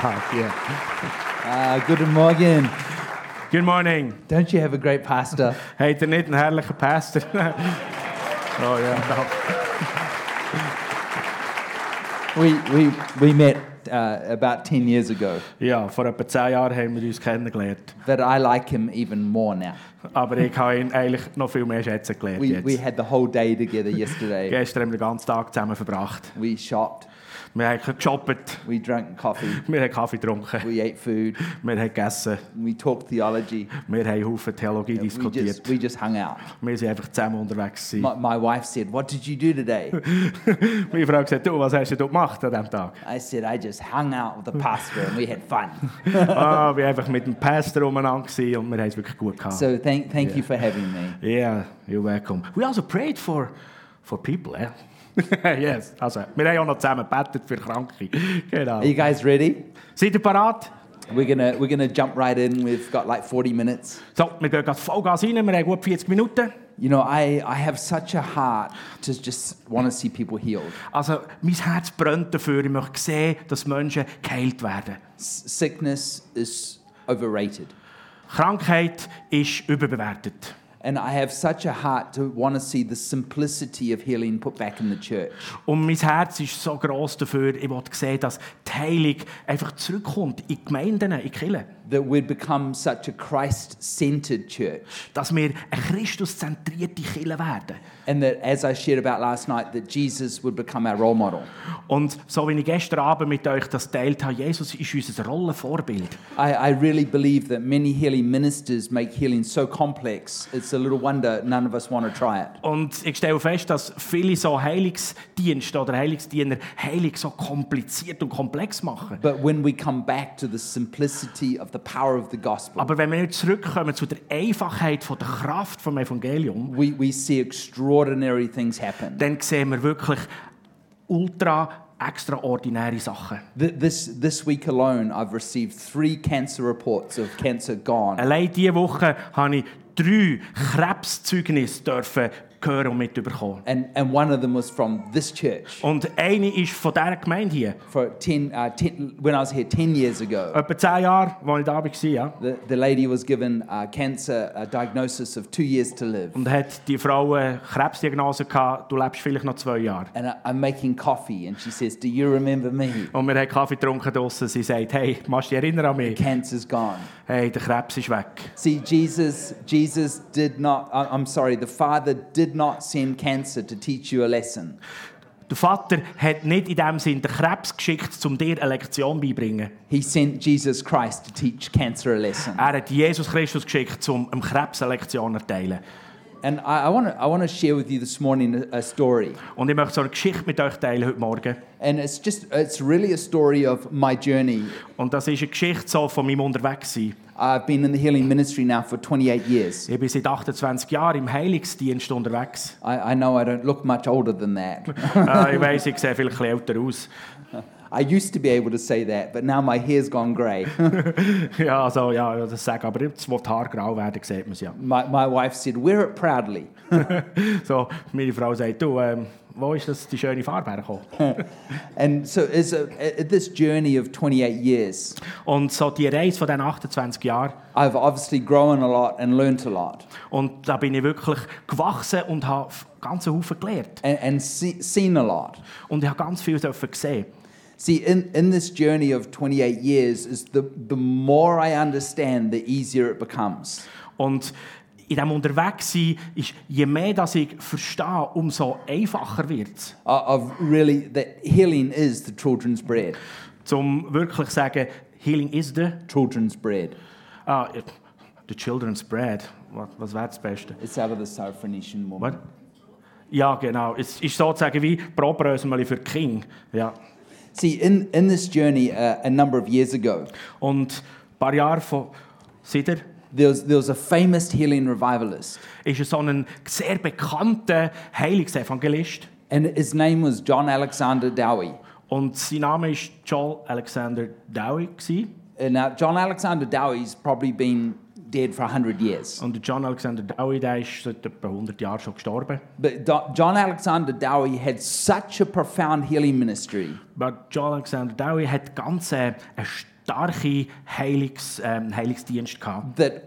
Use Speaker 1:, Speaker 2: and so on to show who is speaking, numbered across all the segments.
Speaker 1: Ah, yeah. Ah, guten Morgen.
Speaker 2: Good morning.
Speaker 1: Don't you have a great pastor?
Speaker 2: Heet er niet een herrliche pastor? oh ja.
Speaker 1: We, we, we met uh, about 10 years ago,
Speaker 2: Ja, vor etwa 10 Jahren haben wir uns kennengelernt.
Speaker 1: but I like him even more now.
Speaker 2: Aber ich habe ihn eigentlich noch viel mehr schätzen gelernt
Speaker 1: We,
Speaker 2: jetzt.
Speaker 1: we had the whole day together yesterday.
Speaker 2: Gestern haben wir den ganzen Tag zusammen verbracht.
Speaker 1: We shopped,
Speaker 2: Wir haben gejobbt,
Speaker 1: we drank coffee,
Speaker 2: wir haben Kaffee getrunken,
Speaker 1: we ate food,
Speaker 2: wir haben gegessen,
Speaker 1: we talked theology.
Speaker 2: wir haben Haufen Theologie
Speaker 1: We
Speaker 2: diskutiert.
Speaker 1: just, we just hung out.
Speaker 2: Wir sind einfach zusammen unterwegs gewesen.
Speaker 1: My, my wife said, What did you do today?
Speaker 2: Meine Frau sagt, du, was hast du gemacht an diesem Tag?
Speaker 1: I said, I just hung out with the pastor and we had fun.
Speaker 2: ah, wir waren einfach mit dem Pastor umeinander gewesen und wir haben es wirklich gut gehabt.
Speaker 1: So thank, thank you for having me.
Speaker 2: Yeah, you're welcome. We also prayed for, for people, eh? yes, also, wir haben auch noch zusammen gebetet für Kranke. Genau.
Speaker 1: Are you guys ready?
Speaker 2: Seid ihr parat?
Speaker 1: We're gonna we're gonna jump right in. We've got like 40 minutes.
Speaker 2: So, wir gehen gerade Vollgas rein, wir haben gut 40 Minuten.
Speaker 1: You know, I I have such a heart to just want to see people healed.
Speaker 2: Also, mein Herz brennt dafür. Ich möchte sehen, dass Menschen geheilt werden.
Speaker 1: S- sickness is overrated,
Speaker 2: Krankheit ist überbewertet.
Speaker 1: and I have such a heart to want to see the simplicity of healing put back in the church.
Speaker 2: Und mein Herz ist so gross dafür, ich will sehen, dass die Heilung einfach zurückkommt in die Gemeinden, in die Kirchen.
Speaker 1: That we'd become such a Christ-centered church,
Speaker 2: Dass wir eine christuszentrierte Kirche werden.
Speaker 1: and that as I shared about last night, that Jesus would become our role model.
Speaker 2: Und so wie ich gestern Abend mit euch das teilt habe, Jesus ist unser Rollenvorbild.
Speaker 1: I, I really believe that many healing ministers make healing so complex, it's a little wonder none of us want to try it.
Speaker 2: Und ich stelle fest, dass viele so Heilungsdienste oder Heilungsdiener Heilung so kompliziert und komplex machen.
Speaker 1: But when we come back to the simplicity of the power of the gospel,
Speaker 2: Aber wenn wir nicht zurückkommen zu der Einfachheit von der Kraft vom Evangelium,
Speaker 1: we, we see extraordinary things happen.
Speaker 2: dann sehen wir wirklich ultra extraordinäre Sachen.
Speaker 1: Th- This, this week alone, I've received three cancer reports of cancer gone.
Speaker 2: Allein diese Woche habe ich drei Krebszeugnisse dürfen hören und mitbekommen.
Speaker 1: And, and one of them was from this church.
Speaker 2: Und eine ist von dieser Gemeinde hier.
Speaker 1: For 10, uh, 10, when I was here 10 years ago,
Speaker 2: Etwa zehn Jahre, als ich da war, ja.
Speaker 1: the, the lady was given uh, cancer, a diagnosis of two years to live.
Speaker 2: Und hat die Frau eine Krebsdiagnose gehabt, du lebst vielleicht noch zwei Jahre.
Speaker 1: And I, I'm making coffee, and she says, Do you remember me?
Speaker 2: Und wir haben Kaffee getrunken draussen. Sie sagt, hey, machst du dich erinnern an mich?
Speaker 1: Cancer's gone.
Speaker 2: Hey, der Krebs ist weg.
Speaker 1: See, Jesus, Jesus did not, I- I'm sorry, the Father did not send cancer to teach you a lesson.
Speaker 2: Der Vater hat nicht in dem Sinn den Krebs geschickt, um dir eine Lektion beibringen.
Speaker 1: He sent Jesus Christ to teach cancer a lesson.
Speaker 2: Er hat Jesus Christus geschickt, um dem Krebs eine Lektion zu erteilen.
Speaker 1: And I, I want to I wanna share with you this morning a, a story.
Speaker 2: Und ich möchte so eine Geschichte mit euch teilen heute Morgen.
Speaker 1: And it's just, it's really a story of my journey.
Speaker 2: Und das ist eine Geschichte so von meinem Unterwegssein.
Speaker 1: I've been in the healing ministry now for 28 years.
Speaker 2: Ich bin seit 28 Jahren im Heilungsdienst unterwegs.
Speaker 1: I, I know I don't look much older than that.
Speaker 2: äh, ich weiss, ich sehe vielleicht ein bisschen älter aus.
Speaker 1: I used to be able to say that, but now my hair's gone grey.
Speaker 2: Ja, also, ja, ja, das sage ich. Aber jetzt, wo die Haare grau werden, sieht man es ja.
Speaker 1: my, my wife said, Wear it proudly.
Speaker 2: So, meine Frau sagt, du, ähm, wo ist das, die schöne Farbe hergekommen?
Speaker 1: And so, it's a, a- this journey of 28 years,
Speaker 2: Und so die Reise von diesen 28 Jahren,
Speaker 1: I've obviously grown a lot and learnt a lot
Speaker 2: und da bin ich wirklich gewachsen und habe ganz einen Haufen gelernt.
Speaker 1: and, and see, seen a lot.
Speaker 2: Und ich habe ganz viel dürfen gesehen.
Speaker 1: See, in, in this journey of 28 years, is the, the more I understand, the easier it becomes.
Speaker 2: Und in diesem Unterwegssein ist, je mehr dass ich verstehe, umso einfacher wird es.
Speaker 1: o- uh, Of really, that healing is the children's bread.
Speaker 2: Um wirklich zu sagen, Healing is the,
Speaker 1: Children's bread.
Speaker 2: ah, the children's bread. Was, was wäre das Beste?
Speaker 1: It's out of the Syrophoenician woman.
Speaker 2: What? Ja, genau. Es ist sozusagen wie Probrösmeli für King. Ja.
Speaker 1: See, in, in this journey, uh, a number of years ago,
Speaker 2: Und ein paar Jahre von seither
Speaker 1: there was, there was a famous healing revivalist,
Speaker 2: ist er so ein sehr bekannter Heilungsevangelist.
Speaker 1: and his name was John Alexander Dowie.
Speaker 2: Und sein Name ist Joel Alexander Dowie. gewesen.
Speaker 1: Uh, Now, John Alexander Dowie's probably been dead for 100 years.
Speaker 2: Und der John Alexander Dowie, der ist seit etwa 100 Jahren schon gestorben.
Speaker 1: But Do- John Alexander Dowie had such a profound healing ministry
Speaker 2: Aber John Alexander Dowie hat ganz äh, einen starken Heilungs, ähm, Heilungsdienst gehabt.
Speaker 1: that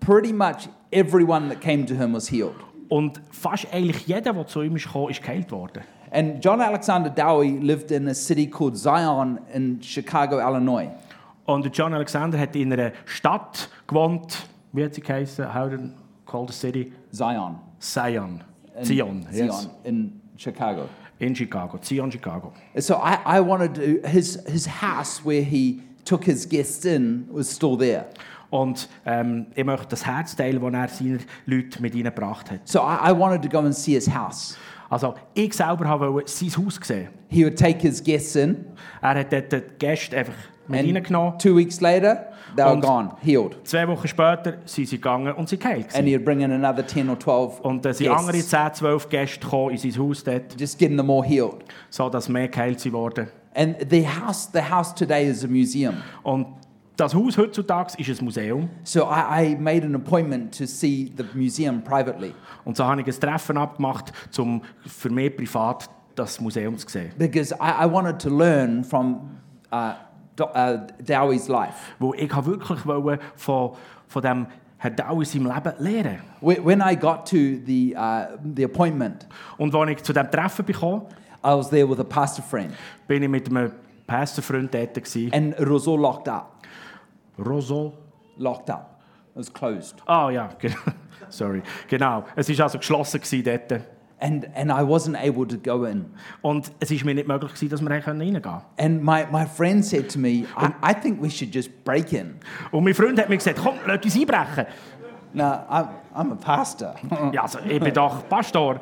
Speaker 1: pretty much everyone that came to him was healed.
Speaker 2: Und fast eigentlich jeder, der zu ihm ist gekommen, ist geheilt worden.
Speaker 1: And John Alexander Dowie lived in a city called Zion in Chicago, Illinois.
Speaker 2: Und der John Alexander hat in einer Stadt gewohnt, wie hat sie geheißen? Howden, called the city?
Speaker 1: Zion.
Speaker 2: Zion. Zion, yes.
Speaker 1: Äh, Zion in Chicago.
Speaker 2: In Chicago. Zion, Chicago.
Speaker 1: And so I, I wanted to, his, his house where he took his guests in was still there.
Speaker 2: Und ähm, ich möchte das Herz teilen, das er seinen Leuten mit ihnen gebracht hat.
Speaker 1: So I, I wanted to go and see his house.
Speaker 2: Also, ich selber habe sein Haus gesehen.
Speaker 1: He would take his guests in,
Speaker 2: Er hat dort die Gäste einfach mit
Speaker 1: and
Speaker 2: reingenommen.
Speaker 1: two weeks later, they were
Speaker 2: Und-
Speaker 1: gone, healed.
Speaker 2: Zwei Wochen später sind sie gegangen und sie geheilt.
Speaker 1: And
Speaker 2: gewesen.
Speaker 1: he'd bring in another 10 or 12
Speaker 2: Und äh, sind andere
Speaker 1: guests,
Speaker 2: 10, 12 Gäste gekommen in sein Haus dort,
Speaker 1: just getting them all healed.
Speaker 2: sodass mehr geheilt sie wurden.
Speaker 1: And the house, the house today is a museum.
Speaker 2: Und das Haus heutzutage ist ein Museum.
Speaker 1: So I, I made an appointment to see the museum privately
Speaker 2: Und so habe ich ein Treffen abgemacht, um für mich privat das Museum zu sehen.
Speaker 1: because I, I wanted to learn from uh, Do- uh, Dowie's life.
Speaker 2: Weil ich habe wirklich wollte von, von dem Herrn Dau in seinem Leben lernen.
Speaker 1: Wh- When I got to the, uh, the appointment,
Speaker 2: Und als ich zu diesem Treffen bekam,
Speaker 1: I was there with a pastor friend,
Speaker 2: bin ich mit einem Pastorfreund dort. Gewesen.
Speaker 1: and it was all locked up.
Speaker 2: Rosol.
Speaker 1: Locked up. It was closed.
Speaker 2: Ah ja, genau. sorry. Genau, es war also geschlossen gewesen dort.
Speaker 1: And, and I wasn't able to go in.
Speaker 2: Und es war mir nicht möglich, gewesen, dass wir rein reingehen konnten.
Speaker 1: And my, my friend said to me, I, I think we should just break in.
Speaker 2: Und mein Freund hat mir gesagt, komm, lass uns einbrechen.
Speaker 1: Now, I'm, I'm a pastor.
Speaker 2: Ja, also, ich bin doch Pastor.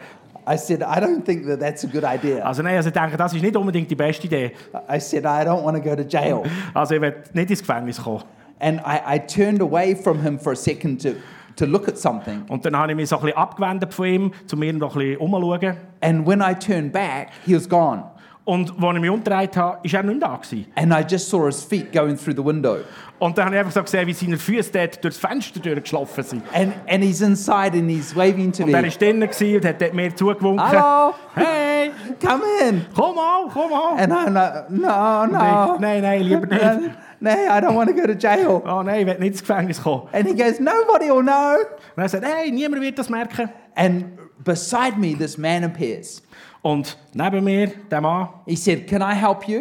Speaker 1: I said, I don't think that that's a good idea.
Speaker 2: Also nein, also ich denke, das ist nicht unbedingt die beste Idee.
Speaker 1: I said, I don't want to go to jail.
Speaker 2: Also ich werde nicht ins Gefängnis kommen.
Speaker 1: And I, I turned away from him for a second to, to look at something.
Speaker 2: Und dann habe ich mich so ein bisschen abgewendet von ihm, zu mir noch ein bisschen umzuschauen.
Speaker 1: And when I turned back, he was gone.
Speaker 2: Und als ich mich umgedreht habe, war er nicht mehr da. Gewesen.
Speaker 1: And I just saw his feet going through the window.
Speaker 2: Und dann habe ich einfach so gesehen, wie seine Füße dort durchs Fenster durchgeschlafen sind.
Speaker 1: And, and he's inside and he's waving to
Speaker 2: Und er
Speaker 1: me.
Speaker 2: war drinnen gewesen und hat dort mir zugewunken.
Speaker 1: Hallo,
Speaker 2: Hey,
Speaker 1: come in.
Speaker 2: komm mal, komm mal.
Speaker 1: And I'm like, no, Äh, no. Äh.
Speaker 2: Nein, nein, nein, lieber nicht.
Speaker 1: No, I don't want to go to jail.
Speaker 2: Oh nein, ich will nicht ins Gefängnis kommen.
Speaker 1: And he goes, nobody will know.
Speaker 2: Und er sagt, hey, niemand wird das merken.
Speaker 1: And beside me, this man appears.
Speaker 2: Und neben mir, der Mann,
Speaker 1: He said, Can I help you?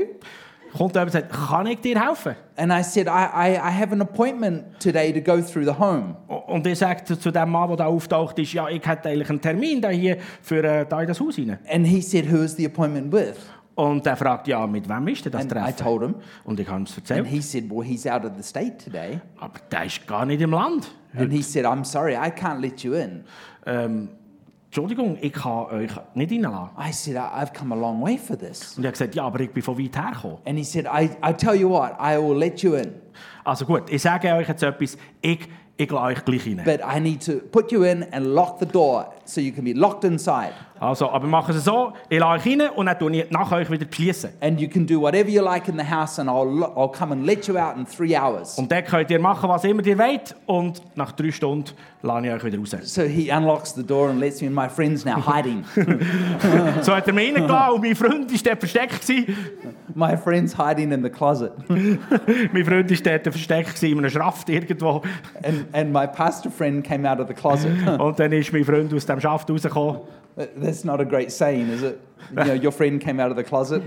Speaker 2: kommt jemand und sagt, kann ich dir helfen?
Speaker 1: And I said, I, I, I have an appointment today to go through the home.
Speaker 2: Und er sagt zu dem Mann, der da auftaucht, ist, ja, ich hätte eigentlich einen Termin da hier für äh, da in das Haus hinein.
Speaker 1: And he said, Who is the appointment with?
Speaker 2: Und er fragt, ja, mit wem ist denn das
Speaker 1: And I
Speaker 2: Treffen?
Speaker 1: told him.
Speaker 2: Und ich habe es
Speaker 1: And
Speaker 2: erzählt.
Speaker 1: he said, Well, he's out of the state today.
Speaker 2: Aber der ist gar nicht im Land.
Speaker 1: And he said, I'm sorry, I can't let you in.
Speaker 2: Entschuldigung, ich kann euch nicht reinlassen.
Speaker 1: I said, I, I've come a long way for this.
Speaker 2: Und er hat gesagt, ja, aber ich bin von weit her gekommen.
Speaker 1: And he said, I, I tell you what, I will let you in,
Speaker 2: Also gut, ich sage euch jetzt etwas, ich, ich lasse euch gleich rein.
Speaker 1: but I need to put you in and lock the door so you can be locked inside.
Speaker 2: Also, aber machen es so, ich lasse euch rein und dann tue ich nach euch wieder beschließen.
Speaker 1: And you can do whatever you like in the house, and I'll, lo- I'll come and let you out in three hours.
Speaker 2: Und dann könnt ihr machen, was immer ihr wollt. Und nach drei Stunden lasse ich euch wieder raus.
Speaker 1: So he unlocks the door and lets me in. My friend's now hiding.
Speaker 2: So hat er mich reingelassen und mein Freund war dort versteckt. gewesen.
Speaker 1: My friend's hiding in the closet.
Speaker 2: mein Freund war dort versteckt gewesen, in einem Schaft irgendwo.
Speaker 1: And, and my pastor friend came out of the closet.
Speaker 2: Und dann ist mein Freund aus dem Schaft rausgekommen.
Speaker 1: That's not a great saying, is it? You know, your friend came out of the closet.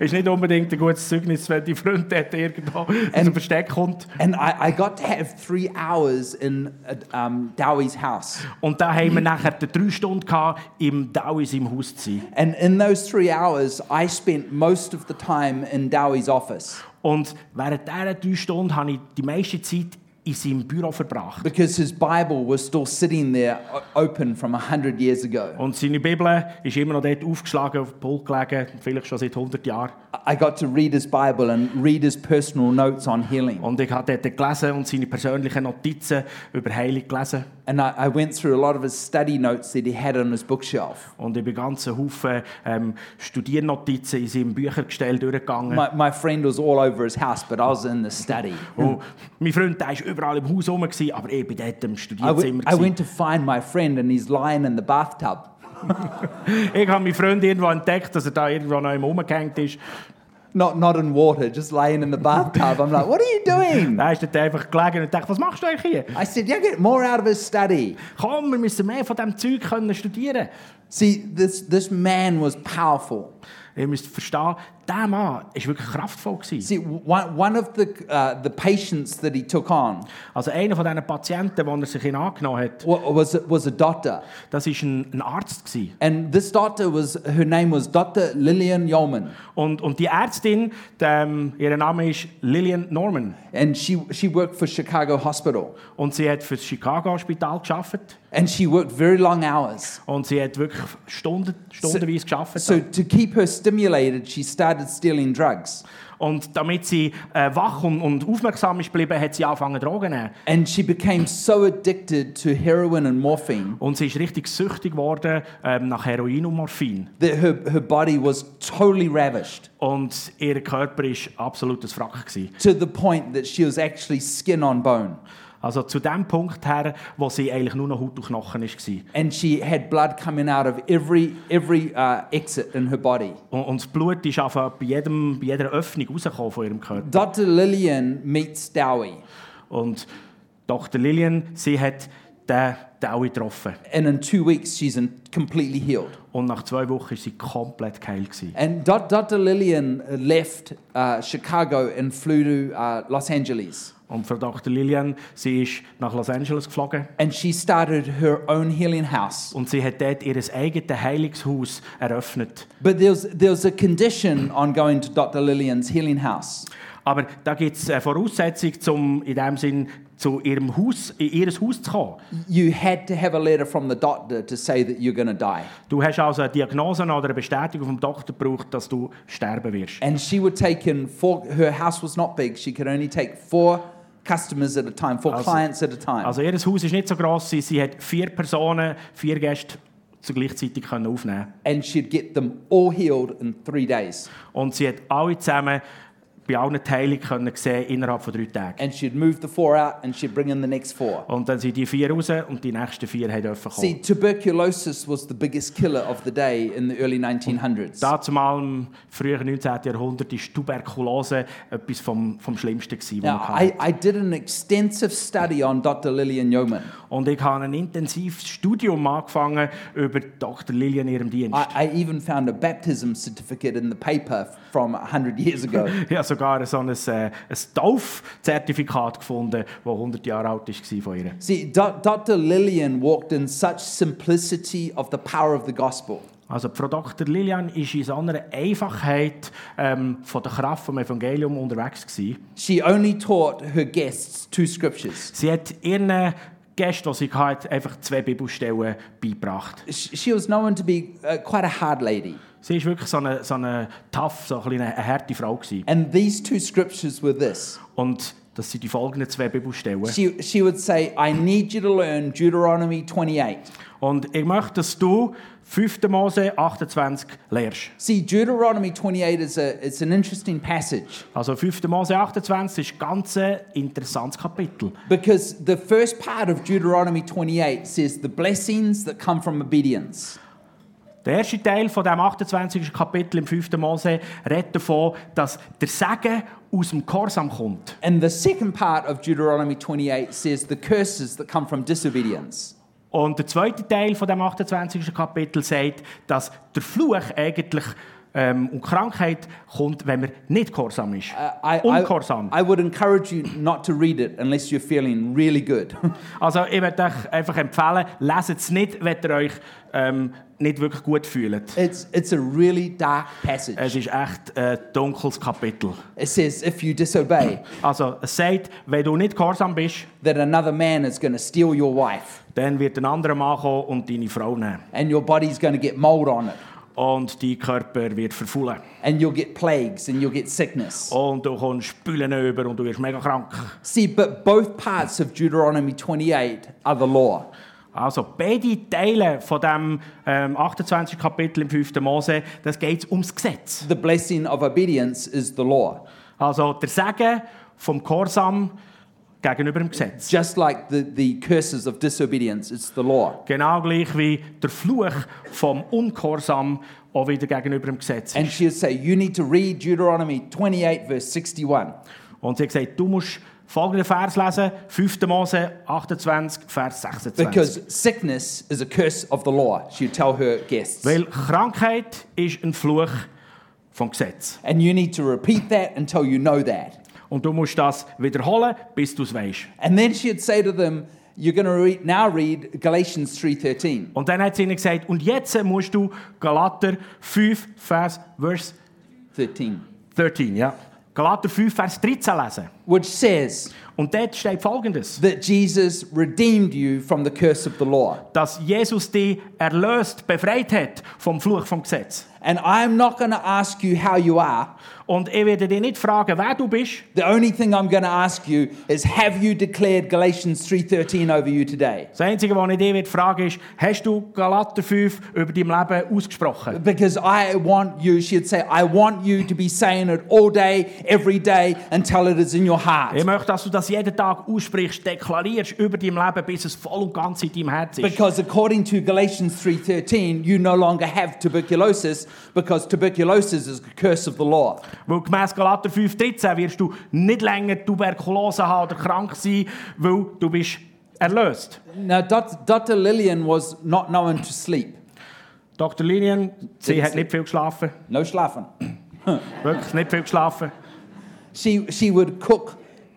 Speaker 2: Ist nicht unbedingt ein gutes Zeugnis, wenn dein Freund dort irgendwo aus dem Versteck kommt.
Speaker 1: And I, I got to have three hours in uh, um, Dowie's house.
Speaker 2: Und dann haben wir nachher die drei Stunden gehabt, im Dau in seinem Haus zu sein.
Speaker 1: And in those three hours, I spent most of the time in Dowie's office
Speaker 2: Und während dieser drei Stunden habe ich die meiste Zeit in seinem Büro verbracht.
Speaker 1: because his Bible was still sitting there o- open from 100 years ago.
Speaker 2: Und seine Bibel ist immer noch dort aufgeschlagen, auf dem Pult gelegen, vielleicht schon seit 100 Jahren.
Speaker 1: I got to read his Bible and read his personal notes on healing.
Speaker 2: Und ich habe dort gelesen und seine persönlichen Notizen über Heilig gelesen.
Speaker 1: And I, I went through a lot of his study notes that he had on his bookshelf.
Speaker 2: Und ich bin ganzen Haufen ähm, Studiernotizen in seinem Büchergestell durchgegangen.
Speaker 1: My, my friend was all over his house, but I was in the study.
Speaker 2: Und mein Freund der war überall im Haus rum, gewesen, aber ich war dort im
Speaker 1: I went-
Speaker 2: Studierzimmer.
Speaker 1: I
Speaker 2: gewesen.
Speaker 1: went to find my friend, and he's lying in the bathtub.
Speaker 2: Ich habe meinen Freund irgendwo entdeckt, dass er da irgendwo noch im rumgehängt ist.
Speaker 1: Not, not in water, just laying in the bathtub. I'm like, what are you doing?
Speaker 2: Da ist er einfach gelegen und dachte, was machst du eigentlich hier?
Speaker 1: I said, yeah, get more out of his study.
Speaker 2: Komm, wir müssen mehr von diesem Zeug können studieren
Speaker 1: See, this, this man was powerful.
Speaker 2: Ihr müsst verstehen, dieser Mann war wirklich kraftvoll. Gewesen.
Speaker 1: See, one, one of the, uh, the patients that he took on
Speaker 2: Also einer von diesen Patienten, den er sich in angenommen hat,
Speaker 1: wa- was, was a doctor.
Speaker 2: das war ein, ein Arzt. Gewesen.
Speaker 1: And this doctor was, her name was Dr. Lillian Yeoman.
Speaker 2: Und, und die Ärztin, die, ähm, ihr Name ist Lillian Norman.
Speaker 1: And she, she worked for Chicago Hospital.
Speaker 2: Und sie hat für das Chicago-Hospital gearbeitet.
Speaker 1: And she worked very long hours.
Speaker 2: Und sie hat wirklich Stunden, stundenweise gearbeitet.
Speaker 1: So, to keep her stimulated, she started stealing drugs.
Speaker 2: Und damit sie äh, wach und, und aufmerksam ist geblieben, hat sie angefangen, Drogen zu nehmen.
Speaker 1: And she became so addicted to heroin and morphine
Speaker 2: Und sie ist richtig süchtig geworden ähm, nach Heroin und Morphin.
Speaker 1: that her, her body was totally ravished
Speaker 2: Und ihr Körper war absolutes Frack. Gewesen.
Speaker 1: to the point that she was actually skin on bone.
Speaker 2: Also zu dem Punkt her, wo sie eigentlich nur noch Haut und Knochen war.
Speaker 1: And she had blood coming out of every, every uh, exit in her body.
Speaker 2: Und, und das Blut ist einfach bei, jedem, bei jeder Öffnung rausgekommen von ihrem Körper.
Speaker 1: Dr. Lillian meets Dowie,
Speaker 2: Und Dr. Lillian, sie hat den Daui getroffen.
Speaker 1: and in two weeks, she's in, completely healed.
Speaker 2: Und nach zwei Wochen war sie komplett geheilt. Gewesen.
Speaker 1: And Doc- Dr. Lillian left uh, Chicago and flew to uh, Los Angeles.
Speaker 2: Und Frau Dr. Lillian, sie ist nach Los Angeles geflogen.
Speaker 1: And she started her own healing house.
Speaker 2: Und sie hat dort ihr eigenes Heilungshaus eröffnet.
Speaker 1: But there was, there was a condition on going to Dr. Lillian's healing house.
Speaker 2: Aber da gibt es eine Voraussetzung, um in dem Sinn zu ihrem Haus, in ihr Haus zu kommen.
Speaker 1: You had to have a letter from the doctor to say that you're going to die.
Speaker 2: Du hast also eine Diagnose oder eine Bestätigung vom Doktor gebraucht, dass du sterben wirst.
Speaker 1: And she would take in four, her house was not big. She could only take four customers at a time, four
Speaker 2: Also-
Speaker 1: clients at a time.
Speaker 2: Also ihr Haus ist nicht so gross, gewesen. sie hat vier Personen, vier Gäste zu gleichzeitig können aufnehmen.
Speaker 1: and she'd get them all healed in three days.
Speaker 2: Und sie hat alle zusammen bei allen Teilen können sehen innerhalb von drei Tagen.
Speaker 1: And she'd move the four out and she'd bring in the next four.
Speaker 2: Und dann sind die vier raus und die nächsten vier haben dürfen
Speaker 1: See,
Speaker 2: kommen.
Speaker 1: tuberculosis was the biggest killer of the day in the early 1900s.
Speaker 2: Dazu mal im frühen 19. Jahrhundert ist Tuberkulose etwas vom, vom Schlimmsten gewesen, was
Speaker 1: Now,
Speaker 2: man hatte.
Speaker 1: I, I did an extensive study on Dr. Lillian Yeoman.
Speaker 2: Und ich habe ein intensives Studium angefangen über Dr. Lillian in ihrem Dienst.
Speaker 1: I, I even found a baptism certificate in the paper from 100 years ago.
Speaker 2: Ich habe sogar so ein, äh, ein Taufzertifikat gefunden, das 100 Jahre alt war von ihr.
Speaker 1: See, Do- Dr. Lillian walked in such simplicity of the power of the gospel.
Speaker 2: Also Frau Dr. Lillian war in so einer Einfachheit ähm, von der Kraft vom Evangelium unterwegs. Gewesen.
Speaker 1: She only taught her guests two scriptures.
Speaker 2: Sie hat ihren Gästen, die sie hatte, einfach zwei Bibelstellen beigebracht.
Speaker 1: Sh- She was known to be uh, quite a hard lady.
Speaker 2: Sie war wirklich so eine, so eine tough, so ein bisschen eine harte Frau. Gewesen.
Speaker 1: And these two scriptures were this.
Speaker 2: Und das sind die folgenden zwei Bibelstellen.
Speaker 1: She, she would say, I need you to learn Deuteronomy 28.
Speaker 2: Und ich möchte, dass du 5. Mose 28 lehrst.
Speaker 1: See, Deuteronomy 28 is a, it's an interesting passage
Speaker 2: Also 5. Mose 28 ist ganz ein ganz interessantes Kapitel.
Speaker 1: because the first part of Deuteronomy 28 says the blessings that come from obedience.
Speaker 2: Der erste Teil von dem 28. Kapitel im 5. Mose redet davon, dass der Segen aus dem Korsam kommt.
Speaker 1: And the second part of Deuteronomy 28 says the curses that come from disobedience.
Speaker 2: Und der zweite Teil von dem 28. Kapitel sagt, dass der Fluch eigentlich ähm, und Krankheit kommt, wenn man nicht korsam ist.
Speaker 1: Uh, I,
Speaker 2: Ungehorsam.
Speaker 1: I, I would encourage you not to read it unless you're feeling really good.
Speaker 2: Also ich würde euch einfach empfehlen, leset es nicht, wenn ihr euch ähm, nicht wirklich gut fühlt.
Speaker 1: it's, it's a really dark passage.
Speaker 2: Es ist echt ein dunkles Kapitel.
Speaker 1: It says, if you disobey,
Speaker 2: Also es sagt, wenn du nicht gehorsam bist,
Speaker 1: that another man is going to steal your wife
Speaker 2: dann wird ein anderer Mann kommen und deine Frau nehmen.
Speaker 1: and your body's going to get mold on it.
Speaker 2: und dein Körper wird verfaulen.
Speaker 1: and you'll get plagues and you'll get sickness.
Speaker 2: Und du kommst Spülen über und du wirst mega krank.
Speaker 1: See, but both parts of Deuteronomy 28 are the law.
Speaker 2: Also beide Teile von dem ähm, 28. Kapitel im 5. Mose, das geht ums Gesetz.
Speaker 1: The blessing of obedience is the law.
Speaker 2: Also der Segen vom Gehorsam gegenüber dem Gesetz.
Speaker 1: Just like the, the curses of disobedience, it's the law.
Speaker 2: Genau gleich wie der Fluch vom Ungehorsam auch wieder gegenüber dem Gesetz.
Speaker 1: And she'll say, You need to read Deuteronomy 28, verse 61.
Speaker 2: Und sie hat gesagt, du musst folgenden Vers lesen, 5. Mose 28, Vers 26.
Speaker 1: Because sickness is a curse of the law, she'd tell her guests.
Speaker 2: Weil Krankheit ist ein Fluch vom Gesetz.
Speaker 1: And you need to repeat that until you know that.
Speaker 2: Und du musst das wiederholen, bis du es weißt.
Speaker 1: And then she'd say to them, You're going to read, now read Galatians 3.13.
Speaker 2: Und dann hat sie ihnen gesagt, und jetzt musst du Galater 5, Vers, Vers
Speaker 1: 13.
Speaker 2: 13, ja. Galater 5, Vers 13 lesen.
Speaker 1: Which says
Speaker 2: Und dort steht folgendes.
Speaker 1: that Jesus redeemed you from the curse of the law.
Speaker 2: dass Jesus dich erlöst, befreit hat vom Fluch vom Gesetz.
Speaker 1: And I'm not going to ask you how you are.
Speaker 2: Und ich werde dich nicht fragen, wer du bist,
Speaker 1: The only thing I'm going to ask you is have you declared Galatians 3:13 over you today?
Speaker 2: Das Einzige, was ich dich werde fragen ist, hast du Galater 5 über dein Leben ausgesprochen?
Speaker 1: Because I want you, she'd say, I want you to be saying it all day, every day, until it is in your
Speaker 2: Ich
Speaker 1: heart.
Speaker 2: möchte, dass du das jeden Tag aussprichst, deklarierst über dein Leben, bis es voll und ganz in deinem Herz ist.
Speaker 1: Because according to Galatians 3:13, you no longer have tuberculosis because tuberculosis is a curse of the law.
Speaker 2: Weil gemäss Galater 5, 13 wirst du nicht länger Tuberkulose haben oder krank sein, weil du bist erlöst.
Speaker 1: Now, Dr. Dr. Lillian was not known to sleep.
Speaker 2: Dr. Linian, sie
Speaker 1: Jetzt-
Speaker 2: hat nicht viel geschlafen.
Speaker 1: No schlafen.
Speaker 2: Wirklich nicht viel geschlafen.
Speaker 1: She, she would cook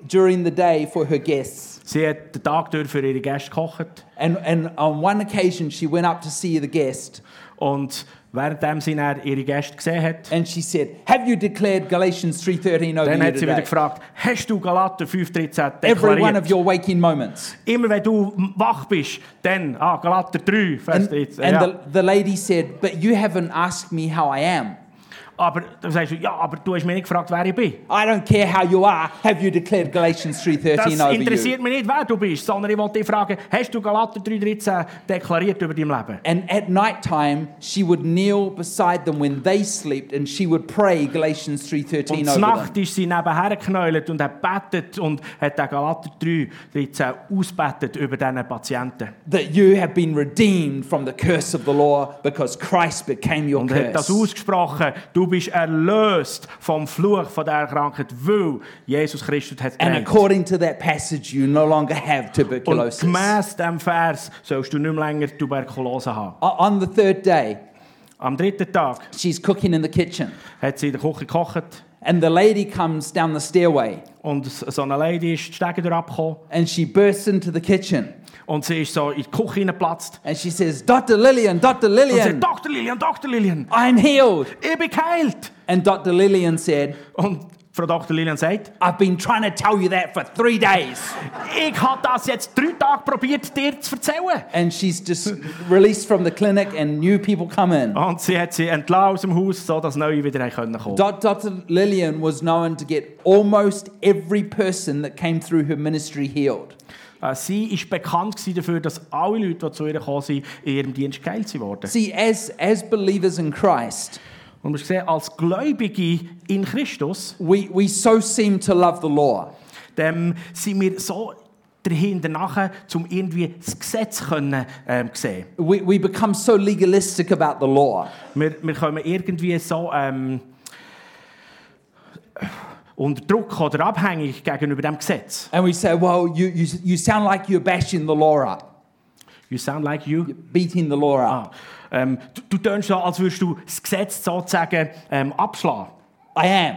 Speaker 1: during the day for her guests.
Speaker 2: Sie hat den Tag durch für ihre Gäste gekocht.
Speaker 1: And, and on one occasion, she went up to see the guest
Speaker 2: Und währenddem sie dann ihre Gäste gesehen hat,
Speaker 1: and she said, Have you declared Galatians 3.13 over
Speaker 2: dann
Speaker 1: you
Speaker 2: hat sie wieder
Speaker 1: today?
Speaker 2: gefragt, hast du Galater 5,13
Speaker 1: Every one of
Speaker 2: deklariert?
Speaker 1: your waking moments.
Speaker 2: Immer wenn du wach bist, dann, ah, Galater 3, Vers
Speaker 1: And,
Speaker 2: 13.
Speaker 1: and
Speaker 2: ja.
Speaker 1: the, the lady said, But you haven't asked me how I am.
Speaker 2: aber dann sagst du, ja, aber du hast mich nicht gefragt, wer ich bin.
Speaker 1: I don't care how you are. Have you declared Galatians
Speaker 2: Das
Speaker 1: 3.13 over you?
Speaker 2: interessiert mich nicht, wer du bist, sondern ich wollte dich fragen, hast du Galater 3,13 deklariert über dein Leben?
Speaker 1: And at night time, she would kneel beside them when they slept and she would pray Galatians
Speaker 2: Und
Speaker 1: 3.13
Speaker 2: zur
Speaker 1: over them.
Speaker 2: Nacht ist sie nebenher geknäult und hat gebetet und hat den Galater 3,13 ausbettet über diesen Patienten.
Speaker 1: that you have been redeemed from the curse of the law because Christ became your
Speaker 2: Und er hat das
Speaker 1: curse.
Speaker 2: ausgesprochen. Du bist erlöst vom Fluch von der Krankheit, weil Jesus Christus hat
Speaker 1: And
Speaker 2: getragen.
Speaker 1: according to that passage, you no longer have
Speaker 2: Und
Speaker 1: tuberculosis. O-
Speaker 2: gemäss diesem Vers sollst du nicht mehr länger Tuberkulose haben.
Speaker 1: On the third day,
Speaker 2: Am dritten Tag
Speaker 1: she's cooking in the kitchen,
Speaker 2: hat sie in der Küche gekocht
Speaker 1: and the lady comes down the stairway
Speaker 2: und so eine Lady ist die Stege durchgekommen
Speaker 1: and she bursts into the kitchen
Speaker 2: und sie ist so in die Küche hineingeplatzt
Speaker 1: and she says, Dr. Lillian, Dr.
Speaker 2: und sagt,
Speaker 1: Lillian,
Speaker 2: Dr. Lilian, Dr. Lilian,
Speaker 1: I'm healed.
Speaker 2: ich bin geheilt.
Speaker 1: And Dr. Lillian said,
Speaker 2: Und Frau Dr. Lilian sagt,
Speaker 1: I've been trying to tell you that for three days.
Speaker 2: ich habe das jetzt drei Tage probiert, dir zu erzählen.
Speaker 1: And she's just released from the clinic, and new people come in.
Speaker 2: Und sie hat sie entlassen aus dem Haus, sodass neue wieder kommen konnten.
Speaker 1: Dot- Dr. Lillian was known to get almost every person that came through her ministry healed.
Speaker 2: Äh, Sie war bekannt gewesen dafür, dass alle Leute, die zu ihr gekommen sind, in ihrem Dienst geheilt wurden.
Speaker 1: See, as, as believers in Christ,
Speaker 2: Und wir sehen, als Gläubige in Christus,
Speaker 1: we, we so seem to love the law.
Speaker 2: dem sind wir so dahinter nachher, um irgendwie das Gesetz können, ähm, sehen.
Speaker 1: We, we become so legalistic about the law.
Speaker 2: Wir, wir kommen irgendwie so ähm, unter Druck oder abhängig gegenüber dem Gesetz.
Speaker 1: And we say, well, you, you, you sound like you're bashing the law up,
Speaker 2: You sound like you.
Speaker 1: beating the law up.
Speaker 2: Ah, ähm, du, du tönst so, als würdest du das Gesetz sozusagen ähm, abschlagen.
Speaker 1: I am.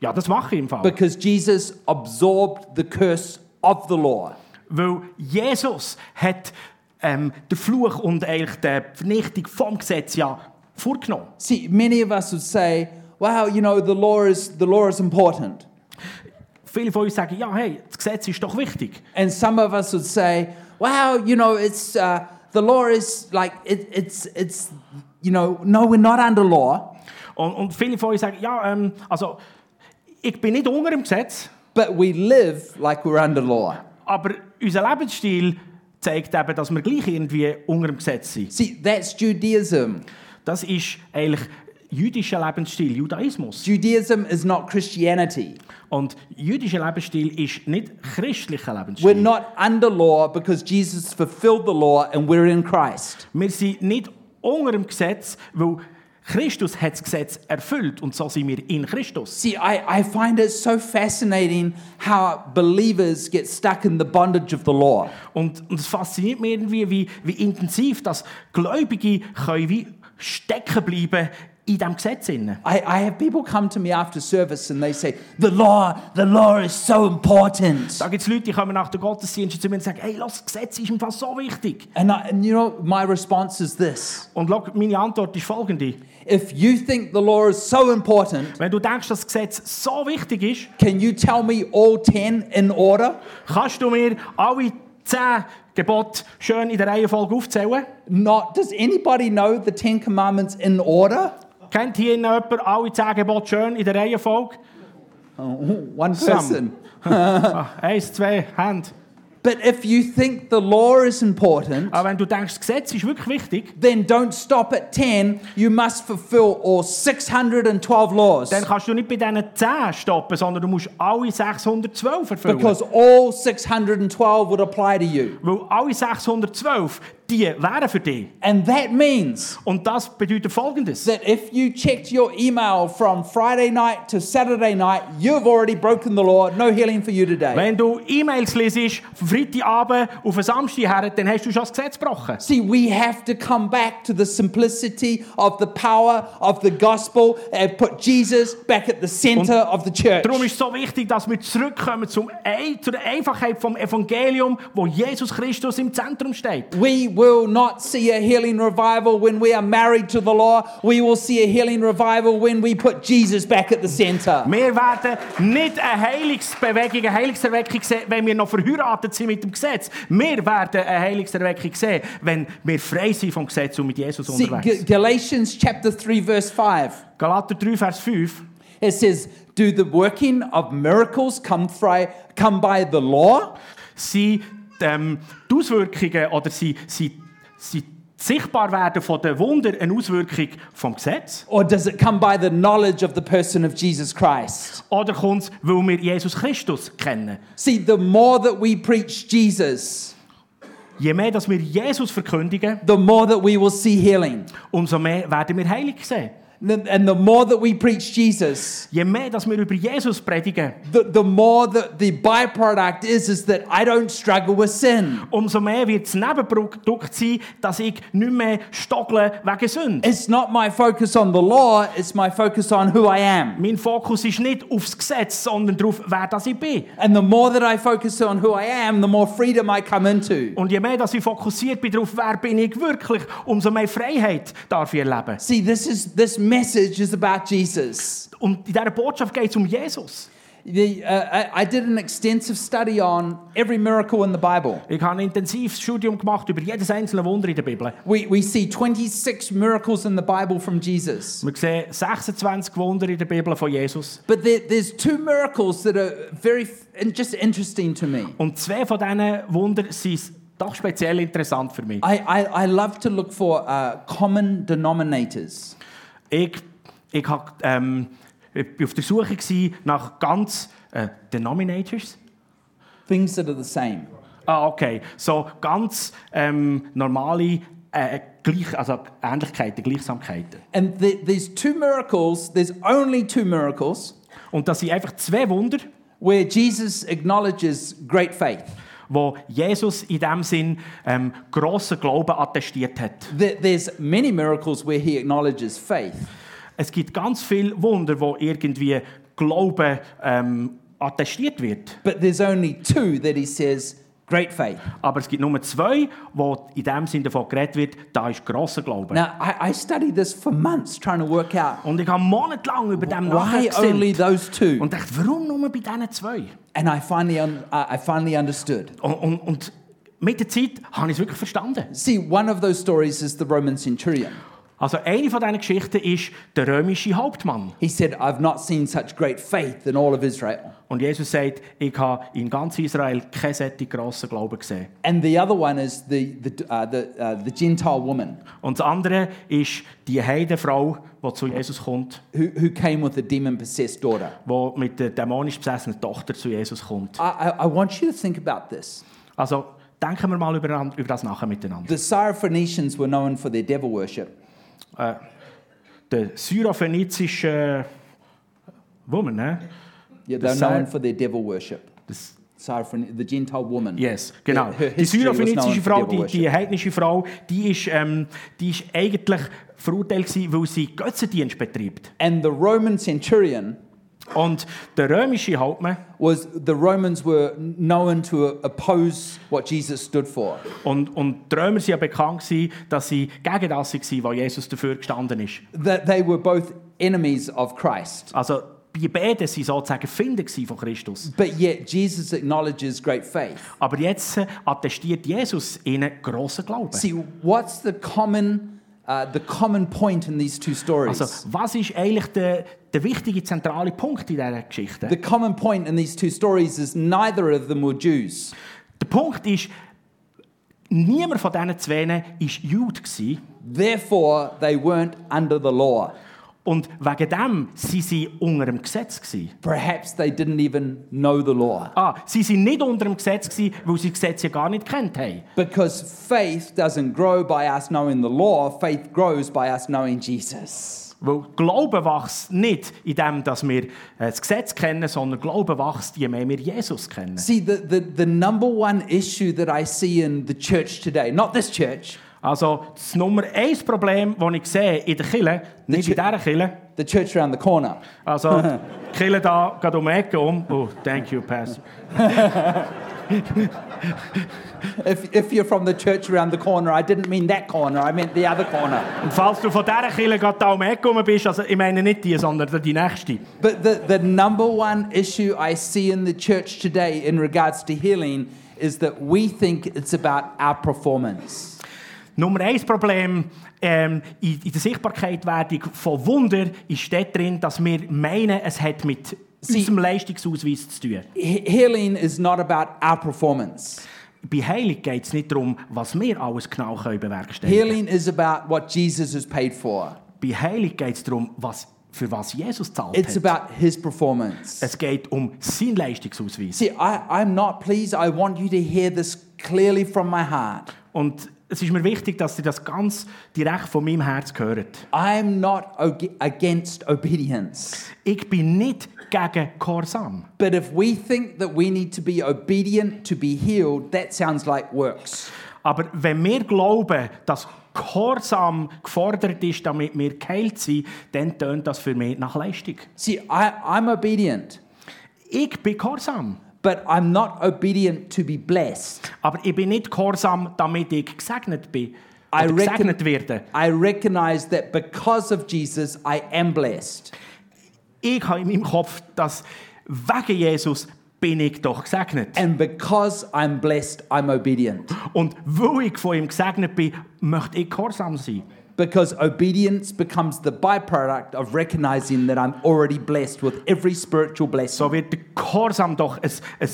Speaker 2: Ja, das mache ich im Fall.
Speaker 1: Because Jesus absorbed the curse of the law.
Speaker 2: Weil Jesus hat ähm, den Fluch und eigentlich die Vernichtung vom Gesetz ja vorgenommen.
Speaker 1: See, many of us would say, wow, you know, the law is, the law is important.
Speaker 2: Viele von uns sagen, ja, hey, das Gesetz ist doch wichtig.
Speaker 1: And some of us would say, "Wow, you know, it's uh, the law is like it, it's it's you know, no, we're not under law,
Speaker 2: Und, und viele von euch sagen, ja, ähm, also ich bin nicht unter dem Gesetz,
Speaker 1: but we live like we're under law.
Speaker 2: aber unser Lebensstil zeigt eben, dass wir gleich irgendwie unter dem Gesetz sind.
Speaker 1: See, that's Judaism.
Speaker 2: Das ist eigentlich jüdischer Lebensstil, Judaismus.
Speaker 1: Judaism is not Christianity.
Speaker 2: Und jüdischer Lebensstil ist nicht christlicher Lebensstil.
Speaker 1: We're not under law because Jesus fulfilled the law and we're in Christ.
Speaker 2: Wir sind nicht unter dem Gesetz, weil Christus hat das Gesetz erfüllt und so sind wir in Christus.
Speaker 1: See, I, I find it so fascinating how believers get stuck in the bondage of the law.
Speaker 2: Und, und es fasziniert mich irgendwie, wie, wie intensiv das Gläubige können wie stecken bleiben in diesem Gesetz. Innen.
Speaker 1: I, I have people come to me after service and they say, The law, the law is so important.
Speaker 2: Da gibt es Leute, die kommen nach dem Gottesdienst zu mir und sagen, hey, lass, das Gesetz ist im Fall so wichtig.
Speaker 1: And, I, and you know, my response is this
Speaker 2: Und schau, meine Antwort ist folgende.
Speaker 1: If you think the law is so important,
Speaker 2: Wenn du denkst, dass das Gesetz so wichtig ist,
Speaker 1: can you tell me all 10 in order?
Speaker 2: kannst du mir alle zehn Gebote schön in der Reihenfolge aufzählen?
Speaker 1: Not, does anybody know the 10 commandments in order?
Speaker 2: Kennt hier noch jemand alle zehn Gebote schön in der Reihenfolge?
Speaker 1: Uh, One
Speaker 2: Some.
Speaker 1: person.
Speaker 2: Ah, eins, zwei, Hand.
Speaker 1: But if you think the law is important,
Speaker 2: Aber wenn du denkst, das Gesetz ist wirklich wichtig,
Speaker 1: then don't stop at 10. You must fulfill all 612 laws.
Speaker 2: dann kannst du nicht bei diesen 10 stoppen, sondern du musst alle 612 erfüllen.
Speaker 1: Because all 612 would apply to you.
Speaker 2: weil alle 612, die wären für dich.
Speaker 1: And that means
Speaker 2: Und das bedeutet Folgendes.
Speaker 1: that if you checked your email from Friday night to Saturday night, you've already broken the law. No healing for you today.
Speaker 2: Wenn du E-Mails liest, von Freitagabend auf den Samstag her, dann hast du schon das Gesetz gebrochen.
Speaker 1: See, we have to come back to the simplicity of the power of the gospel and put Jesus back at the center of the church.
Speaker 2: Darum ist es so wichtig, dass wir zurückkommen zum Ei, zur Einfachheit vom Evangelium, wo Jesus Christus im Zentrum steht.
Speaker 1: We will not see a healing revival when we are married to the law. We will see a healing revival when we put Jesus back at the center.
Speaker 2: Wir werden nicht eine Heilungsbewegung, eine Heilungserweckung sehen, wenn wir noch verheiratet sind mit dem Gesetz. Wir werden eine Heilungserweckung sehen, wenn wir frei sind vom Gesetz und mit Jesus
Speaker 1: See,
Speaker 2: unterwegs
Speaker 1: G-
Speaker 2: sind.
Speaker 1: Galatians chapter 3, verse 5.
Speaker 2: Galater 3, Vers 5.
Speaker 1: It says, Do the working of miracles come, fri- come by the law?
Speaker 2: sind ähm, die Auswirkungen oder sie, sie, sie sichtbar werden von den Wunder eine Auswirkung vom Gesetz?
Speaker 1: Or does it come by the knowledge of the person of Jesus Christ?
Speaker 2: Oder kommt es, weil wir Jesus Christus kennen?
Speaker 1: See, the more that we preach Jesus,
Speaker 2: Je mehr dass wir Jesus verkündigen,
Speaker 1: the more that we will see healing.
Speaker 2: umso mehr werden wir heilig sehen.
Speaker 1: N- And the more that we preach Jesus,
Speaker 2: Je mehr dass wir über Jesus predigen,
Speaker 1: the, the more that the byproduct is is that I don't struggle with sin.
Speaker 2: umso mehr wird das Nebenprodukt sein, dass ich nicht mehr stockle wegen Sünde.
Speaker 1: It's not my focus on the law, it's my focus on who I am.
Speaker 2: Mein Fokus ist nicht aufs Gesetz, sondern darauf, wer das ich bin.
Speaker 1: And the more that I focus on who I am, the more freedom I come into.
Speaker 2: Und je mehr dass ich fokussiert bin darauf, wer bin ich wirklich, umso mehr Freiheit darf ich erleben.
Speaker 1: See, this is this message is about Jesus.
Speaker 2: Und in dieser Botschaft geht es um Jesus.
Speaker 1: The, uh, I, I did an extensive study on every miracle in the Bible.
Speaker 2: Ich habe ein intensives Studium gemacht über jedes einzelne Wunder in der Bibel.
Speaker 1: We, we see 26 miracles in the Bible from Jesus.
Speaker 2: Wir sehen 26 Wunder in der Bibel von Jesus.
Speaker 1: But there, there's two miracles that are very f- and just interesting to me.
Speaker 2: Und zwei von diesen Wunder sind doch speziell interessant für mich.
Speaker 1: I, I, I love to look for uh, common denominators.
Speaker 2: Ich, ich, hab, ähm, ich bin auf der Suche gewesen nach ganz äh, Denominators.
Speaker 1: Things that are the same.
Speaker 2: Ah, okay. So ganz ähm, normale äh, Gleich also Ähnlichkeiten, Gleichsamkeiten.
Speaker 1: And the, there's two miracles, there's only two miracles,
Speaker 2: Und das sind einfach zwei Wunder,
Speaker 1: where Jesus acknowledges great faith.
Speaker 2: wo Jesus in dem Sinn ähm, grossen Glauben attestiert hat.
Speaker 1: There, there's many miracles where he acknowledges faith.
Speaker 2: Es gibt ganz viele Wunder, wo irgendwie Glauben ähm, attestiert wird.
Speaker 1: But there's only two that he says, great faith.
Speaker 2: Aber es gibt nur zwei, wo in dem Sinn davon geredet wird, da ist grosser Glaube.
Speaker 1: Now, I, I studied this for months trying to work out
Speaker 2: Und ich habe monatelang über dem
Speaker 1: why only
Speaker 2: nachgesinnt
Speaker 1: those two.
Speaker 2: und dachte, warum nur bei diesen zwei?
Speaker 1: And I finally, un, uh, I I finally understood.
Speaker 2: Und, und, und mit der Zeit habe ich es wirklich verstanden.
Speaker 1: See, one of those stories is the Roman centurion.
Speaker 2: Also eine von diesen Geschichten ist der römische Hauptmann.
Speaker 1: He said, I've not seen such great faith in all of Israel.
Speaker 2: Und Jesus sagt, ich habe in ganz Israel keinen solchen grossen Glauben gesehen.
Speaker 1: And the other one is the, the, uh, the, uh, the Gentile woman
Speaker 2: Und das andere ist die Heidenfrau, die zu Jesus kommt,
Speaker 1: who, who came with a demon possessed daughter.
Speaker 2: die mit der dämonisch besessenen Tochter zu Jesus kommt.
Speaker 1: I, I, I want you to think about this.
Speaker 2: Also denken wir mal über, über das nachher miteinander.
Speaker 1: The Syrophoenicians were known for their devil worship.
Speaker 2: Der syrophönizische Woman, ne?
Speaker 1: Yeah,
Speaker 2: The
Speaker 1: they're known
Speaker 2: Syro-
Speaker 1: for their devil worship.
Speaker 2: Das,
Speaker 1: Syrophoen- the Gentile woman.
Speaker 2: yes, genau.
Speaker 1: Her- her
Speaker 2: Die
Speaker 1: history was known
Speaker 2: syrophönizische
Speaker 1: for
Speaker 2: Frau,
Speaker 1: devil
Speaker 2: die,
Speaker 1: worship.
Speaker 2: die heidnische Frau, die ist, ähm, die ist eigentlich verurteilt gewesen, weil sie Götzendienst betreibt.
Speaker 1: And the Roman centurion
Speaker 2: Und der römische Hauptmann,
Speaker 1: was the Romans were known to oppose what Jesus stood for.
Speaker 2: Und, und die Römer waren ja bekannt, gewesen, dass sie gegen das waren, was Jesus dafür gestanden ist.
Speaker 1: That they were both enemies of Christ.
Speaker 2: Also die beiden waren sozusagen Finder gewesen von Christus.
Speaker 1: But yet Jesus acknowledges great faith.
Speaker 2: Aber jetzt äh, attestiert Jesus ihnen grossen Glauben.
Speaker 1: See, what's the common, uh, the common point in these two stories?
Speaker 2: Also was ist eigentlich der, der wichtige, zentrale Punkt in dieser Geschichte?
Speaker 1: the common point in these two stories is neither of them were Jews.
Speaker 2: der Punkt ist, niemand von diesen zwei war Jude. Gewesen.
Speaker 1: Therefore, they weren't under the law.
Speaker 2: Und wegen dem waren sie unter dem Gesetz. Gewesen.
Speaker 1: Perhaps they didn't even know the law.
Speaker 2: Ah, sie waren nicht unter dem Gesetz, gewesen, weil sie das Gesetz ja gar nicht kennt haben.
Speaker 1: Because faith doesn't grow by us knowing the law, faith grows by us knowing Jesus.
Speaker 2: Weil Glauben wächst nicht, indem dass wir äh, das Gesetz kennen, sondern Glauben wächst, je mehr wir Jesus kennen.
Speaker 1: See, the, the, the number one issue that I see in the church today, not this church,
Speaker 2: Also das Nummer eins Problem, das ich sehe in der Kirche, nicht in dieser Kirche,
Speaker 1: the church around the corner,
Speaker 2: also die Kirche da geht um die Ecke um. Oh, thank you, Pastor.
Speaker 1: If, if you're from the church around the corner, I didn't mean that corner, I meant the other corner.
Speaker 2: Und falls du von dieser Kirche gerade da um die Ecke um bist, also ich meine nicht die, sondern die nächste.
Speaker 1: But the, the number one issue I see in the church today in regards to healing is that we think it's about our performance.
Speaker 2: Nummer eins Problem ähm, in, in der Sichtbarkeitswertung von Wunder ist dort drin, dass wir meinen, es hat mit
Speaker 1: Sie-
Speaker 2: unserem Leistungsausweis zu tun.
Speaker 1: He- healing is not about our performance,
Speaker 2: Bei Heilung geht es nicht darum, was wir alles genau können bewerkstelligen
Speaker 1: healing is about what Jesus has paid for,
Speaker 2: Bei Heilung geht es darum, was, für was Jesus zahlt
Speaker 1: it's
Speaker 2: hat.
Speaker 1: about his performance.
Speaker 2: Es geht um seinen Leistungsausweis.
Speaker 1: See, I, I'm not pleased. I want you to hear this clearly from my heart.
Speaker 2: Und es ist mir wichtig, dass ihr das ganz direkt von meinem Herz hört.
Speaker 1: I'm not oge- against obedience.
Speaker 2: Ich bin nicht gegen Korsam.
Speaker 1: But if we think that we need to be obedient to be healed, that sounds like works.
Speaker 2: Aber wenn wir glauben, dass Korsam gefordert ist, damit wir geheilt sind, dann tönt das für mich nach Leistung.
Speaker 1: See, I, I'm obedient,
Speaker 2: Ich bin Korsam.
Speaker 1: but I'm not obedient to be blessed.
Speaker 2: Aber ich bin nicht Korsam, damit ich gesegnet bin.
Speaker 1: I
Speaker 2: Oder
Speaker 1: reckon-
Speaker 2: gesegnet werde.
Speaker 1: I recognize that because of Jesus, I am blessed.
Speaker 2: ich habe in meinem Kopf, dass wegen Jesus bin ich doch gesegnet.
Speaker 1: And because I'm blessed, I'm obedient.
Speaker 2: Und weil ich von ihm gesegnet bin, möchte ich gehorsam sein.
Speaker 1: Because obedience becomes the byproduct of recognizing that I'm already blessed with every spiritual blessing.
Speaker 2: So wird der Gehorsam doch ein, ein,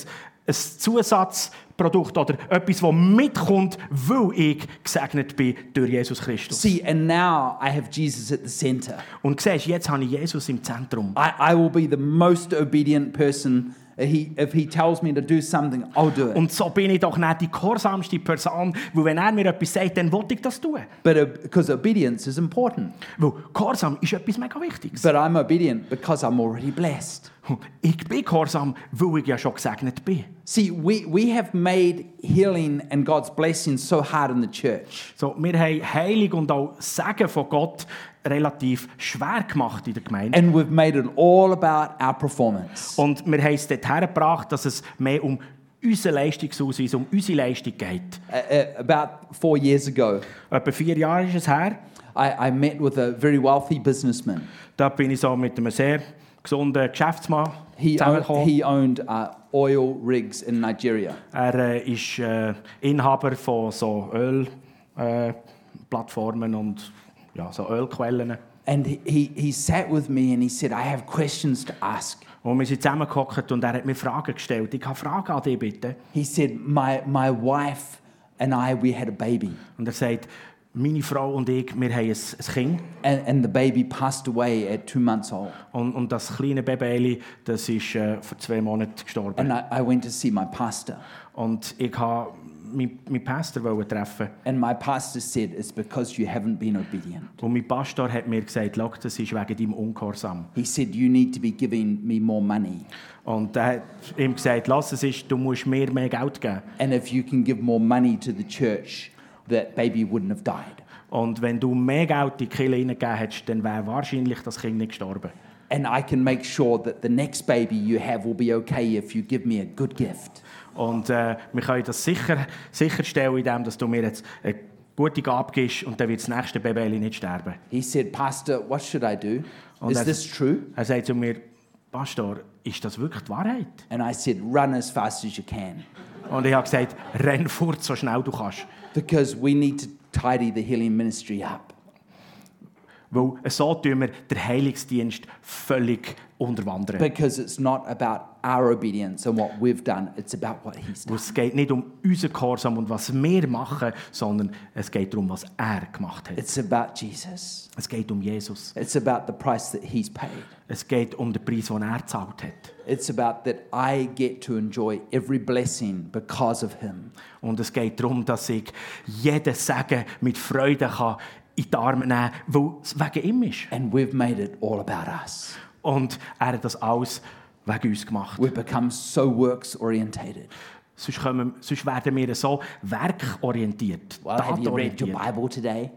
Speaker 2: ein Zusatzprodukt oder etwas, das mitkommt, weil ich gesegnet bin durch Jesus Christus.
Speaker 1: See, and now I have Jesus at the center.
Speaker 2: Und siehst, jetzt habe ich Jesus im Zentrum.
Speaker 1: I, I will be the most obedient person. He, if he tells me to do something, I'll do it.
Speaker 2: Und so bin ich doch nicht die gehorsamste Person, weil wenn er mir etwas sagt, dann will ich das tun.
Speaker 1: but uh, because obedience is important.
Speaker 2: Weil Gehorsam ist etwas mega Wichtiges.
Speaker 1: But I'm obedient because I'm already blessed.
Speaker 2: Ich bin gehorsam, weil ich ja schon gesegnet bin.
Speaker 1: See, we, we have made healing and God's blessing so hard in the church.
Speaker 2: So, wir haben Heilig und auch Segen von Gott relativ schwer gemacht in der Gemeinde.
Speaker 1: And we've made it all about our performance.
Speaker 2: Und wir haben es dorthin gebracht, dass es mehr um unseren Leistungsausweis, um unsere Leistung geht.
Speaker 1: Uh, uh, about four years ago,
Speaker 2: Etwa vier Jahre ist es her.
Speaker 1: I, I met with a very wealthy businessman.
Speaker 2: Da bin ich so mit einem sehr gesunden Geschäftsmann
Speaker 1: He, owned,
Speaker 2: zusammengekommen.
Speaker 1: he owned uh, oil rigs in Nigeria.
Speaker 2: Er äh, ist äh, Inhaber von so Ölplattformen äh, Plattformen und ja, so Ölquellen.
Speaker 1: And he- he, he sat with me and he said, I have questions to ask.
Speaker 2: Und wir sind zusammengehockt und er hat mir Fragen gestellt. Ich habe Fragen an dich, bitte.
Speaker 1: He said, My, my wife and I, we had a baby,
Speaker 2: Und er sagt, meine Frau und ich, wir haben ein, ein Kind.
Speaker 1: and, and the baby passed away at two months old.
Speaker 2: Und, und das kleine Baby, das ist äh, vor zwei Monaten gestorben.
Speaker 1: And I, I went to see my pastor,
Speaker 2: Und ich wollte meinen mein Pastor wollen treffen.
Speaker 1: and my pastor said, It's because you haven't been obedient.
Speaker 2: Und mein Pastor hat mir gesagt, «Schau, das ist wegen deinem Ungehorsam.
Speaker 1: He said, You need to be giving me more money.
Speaker 2: Und er hat ihm gesagt, «Lass es ist, du musst mir mehr Geld geben.
Speaker 1: And if you can give more money to the church, that baby wouldn't have died.
Speaker 2: Und wenn du mehr Geld in die Kirche hineingegeben hättest, dann wäre wahrscheinlich das Kind nicht gestorben.
Speaker 1: And I can make sure that the next baby you have will be okay if you give me a good gift.
Speaker 2: Und äh, wir können das sicher, sicherstellen, indem dass du mir jetzt eine gute Gabe gibst und dann wird das nächste Baby nicht sterben.
Speaker 1: He said, Pastor, what should I do?
Speaker 2: Oh,
Speaker 1: Is
Speaker 2: that's-
Speaker 1: this true?
Speaker 2: Er sagt zu mir, «Pastor, ist das wirklich die Wahrheit?»
Speaker 1: And I said, Run as fast as you can
Speaker 2: Und ich habe gesagt, «Renn fort, so schnell du kannst.»
Speaker 1: because we need to tidy the healing ministry up.
Speaker 2: Weil so tun wir den Heilungsdienst völlig unterwandern.
Speaker 1: Because it's not about our obedience and what we've done, it's about what He's done.
Speaker 2: Weil es geht nicht um unseren Gehorsam und was wir machen, sondern es geht darum, was er gemacht hat.
Speaker 1: It's about Jesus,
Speaker 2: Es geht um Jesus.
Speaker 1: it's about the price that He's paid.
Speaker 2: Es geht um den Preis, den er gezahlt hat.
Speaker 1: It's about that I get to enjoy every blessing because of him.
Speaker 2: Und es geht darum, dass ich jeden Segen mit Freude kann in die Arme nehmen kann, weil es wegen ihm ist.
Speaker 1: And we've made it all about us.
Speaker 2: Und er hat das alles wegen uns gemacht.
Speaker 1: We've become so works orientated.
Speaker 2: Sonst, kommen, sonst werden wir so werkorientiert,
Speaker 1: Well, have you read your
Speaker 2: tatorientiert.
Speaker 1: Bible today?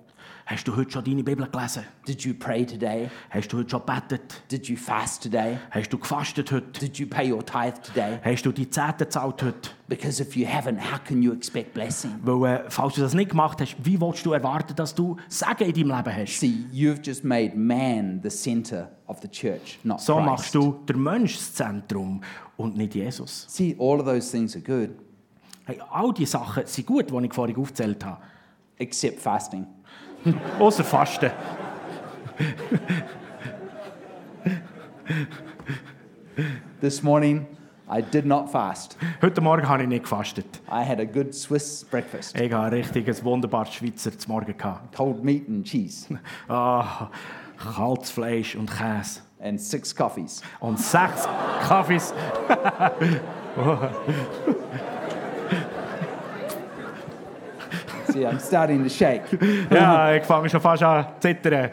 Speaker 2: Hast du heute schon deine Bibel gelesen?
Speaker 1: Did you pray today?
Speaker 2: Hast du heute schon gebetet?
Speaker 1: Did you fast today?
Speaker 2: Hast du gefastet heute?
Speaker 1: Did you pay your tithe today?
Speaker 2: Hast du die Zehnte gezahlt heute?
Speaker 1: Because if you haven't, how can you expect blessing?
Speaker 2: Weil, äh, falls du das nicht gemacht hast, wie willst du erwarten, dass du Segen in deinem Leben hast?
Speaker 1: See, you've just made man the center of the church, not
Speaker 2: So
Speaker 1: Christ.
Speaker 2: machst du den Mensch das Zentrum und nicht Jesus.
Speaker 1: See, all of those things are good,
Speaker 2: Hey, all die Sachen sind gut, die ich vorhin aufgezählt habe.
Speaker 1: except fasting.
Speaker 2: Außer Fasten.
Speaker 1: This morning, I did not fast.
Speaker 2: Heute Morgen habe ich nicht gefastet.
Speaker 1: I had a good Swiss breakfast.
Speaker 2: Ich hatte richtig ein wunderbares Schweizer zum Morgen. gehabt.
Speaker 1: cold meat and cheese
Speaker 2: Ah, kaltes Fleisch und Käse.
Speaker 1: and six coffees.
Speaker 2: Und sechs Kaffees.
Speaker 1: See, I'm starting to shake.
Speaker 2: Ja, ich fange schon fast an zu zittern.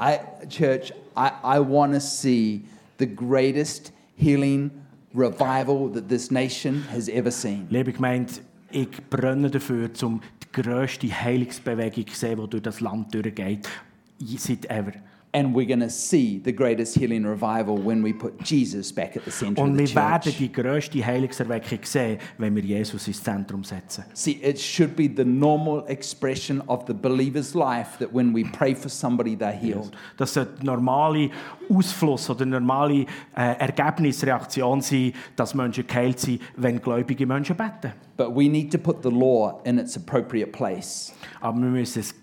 Speaker 1: I, church, I, I want to see the greatest healing revival that this nation has ever seen.
Speaker 2: Liebe Gemeinde, ich brenne dafür, um die grösste Heilungsbewegung zu sehen, die durch das Land durchgeht. Seit ever.
Speaker 1: And we're going to see the greatest healing revival when we put Jesus back at the center
Speaker 2: Und
Speaker 1: of the
Speaker 2: wir werden
Speaker 1: church.
Speaker 2: die grösste Heilungserweckung sehen, wenn wir Jesus ins Zentrum setzen.
Speaker 1: See, it should be the normal expression of the believer's life that when we pray for somebody, they're healed.
Speaker 2: Das sollte der normale Ausfluss oder eine normale äh, Ergebnisreaktion sein, dass Menschen geheilt sind, wenn gläubige Menschen beten.
Speaker 1: But we need to put the law in its appropriate place.
Speaker 2: Aber wir müssen es-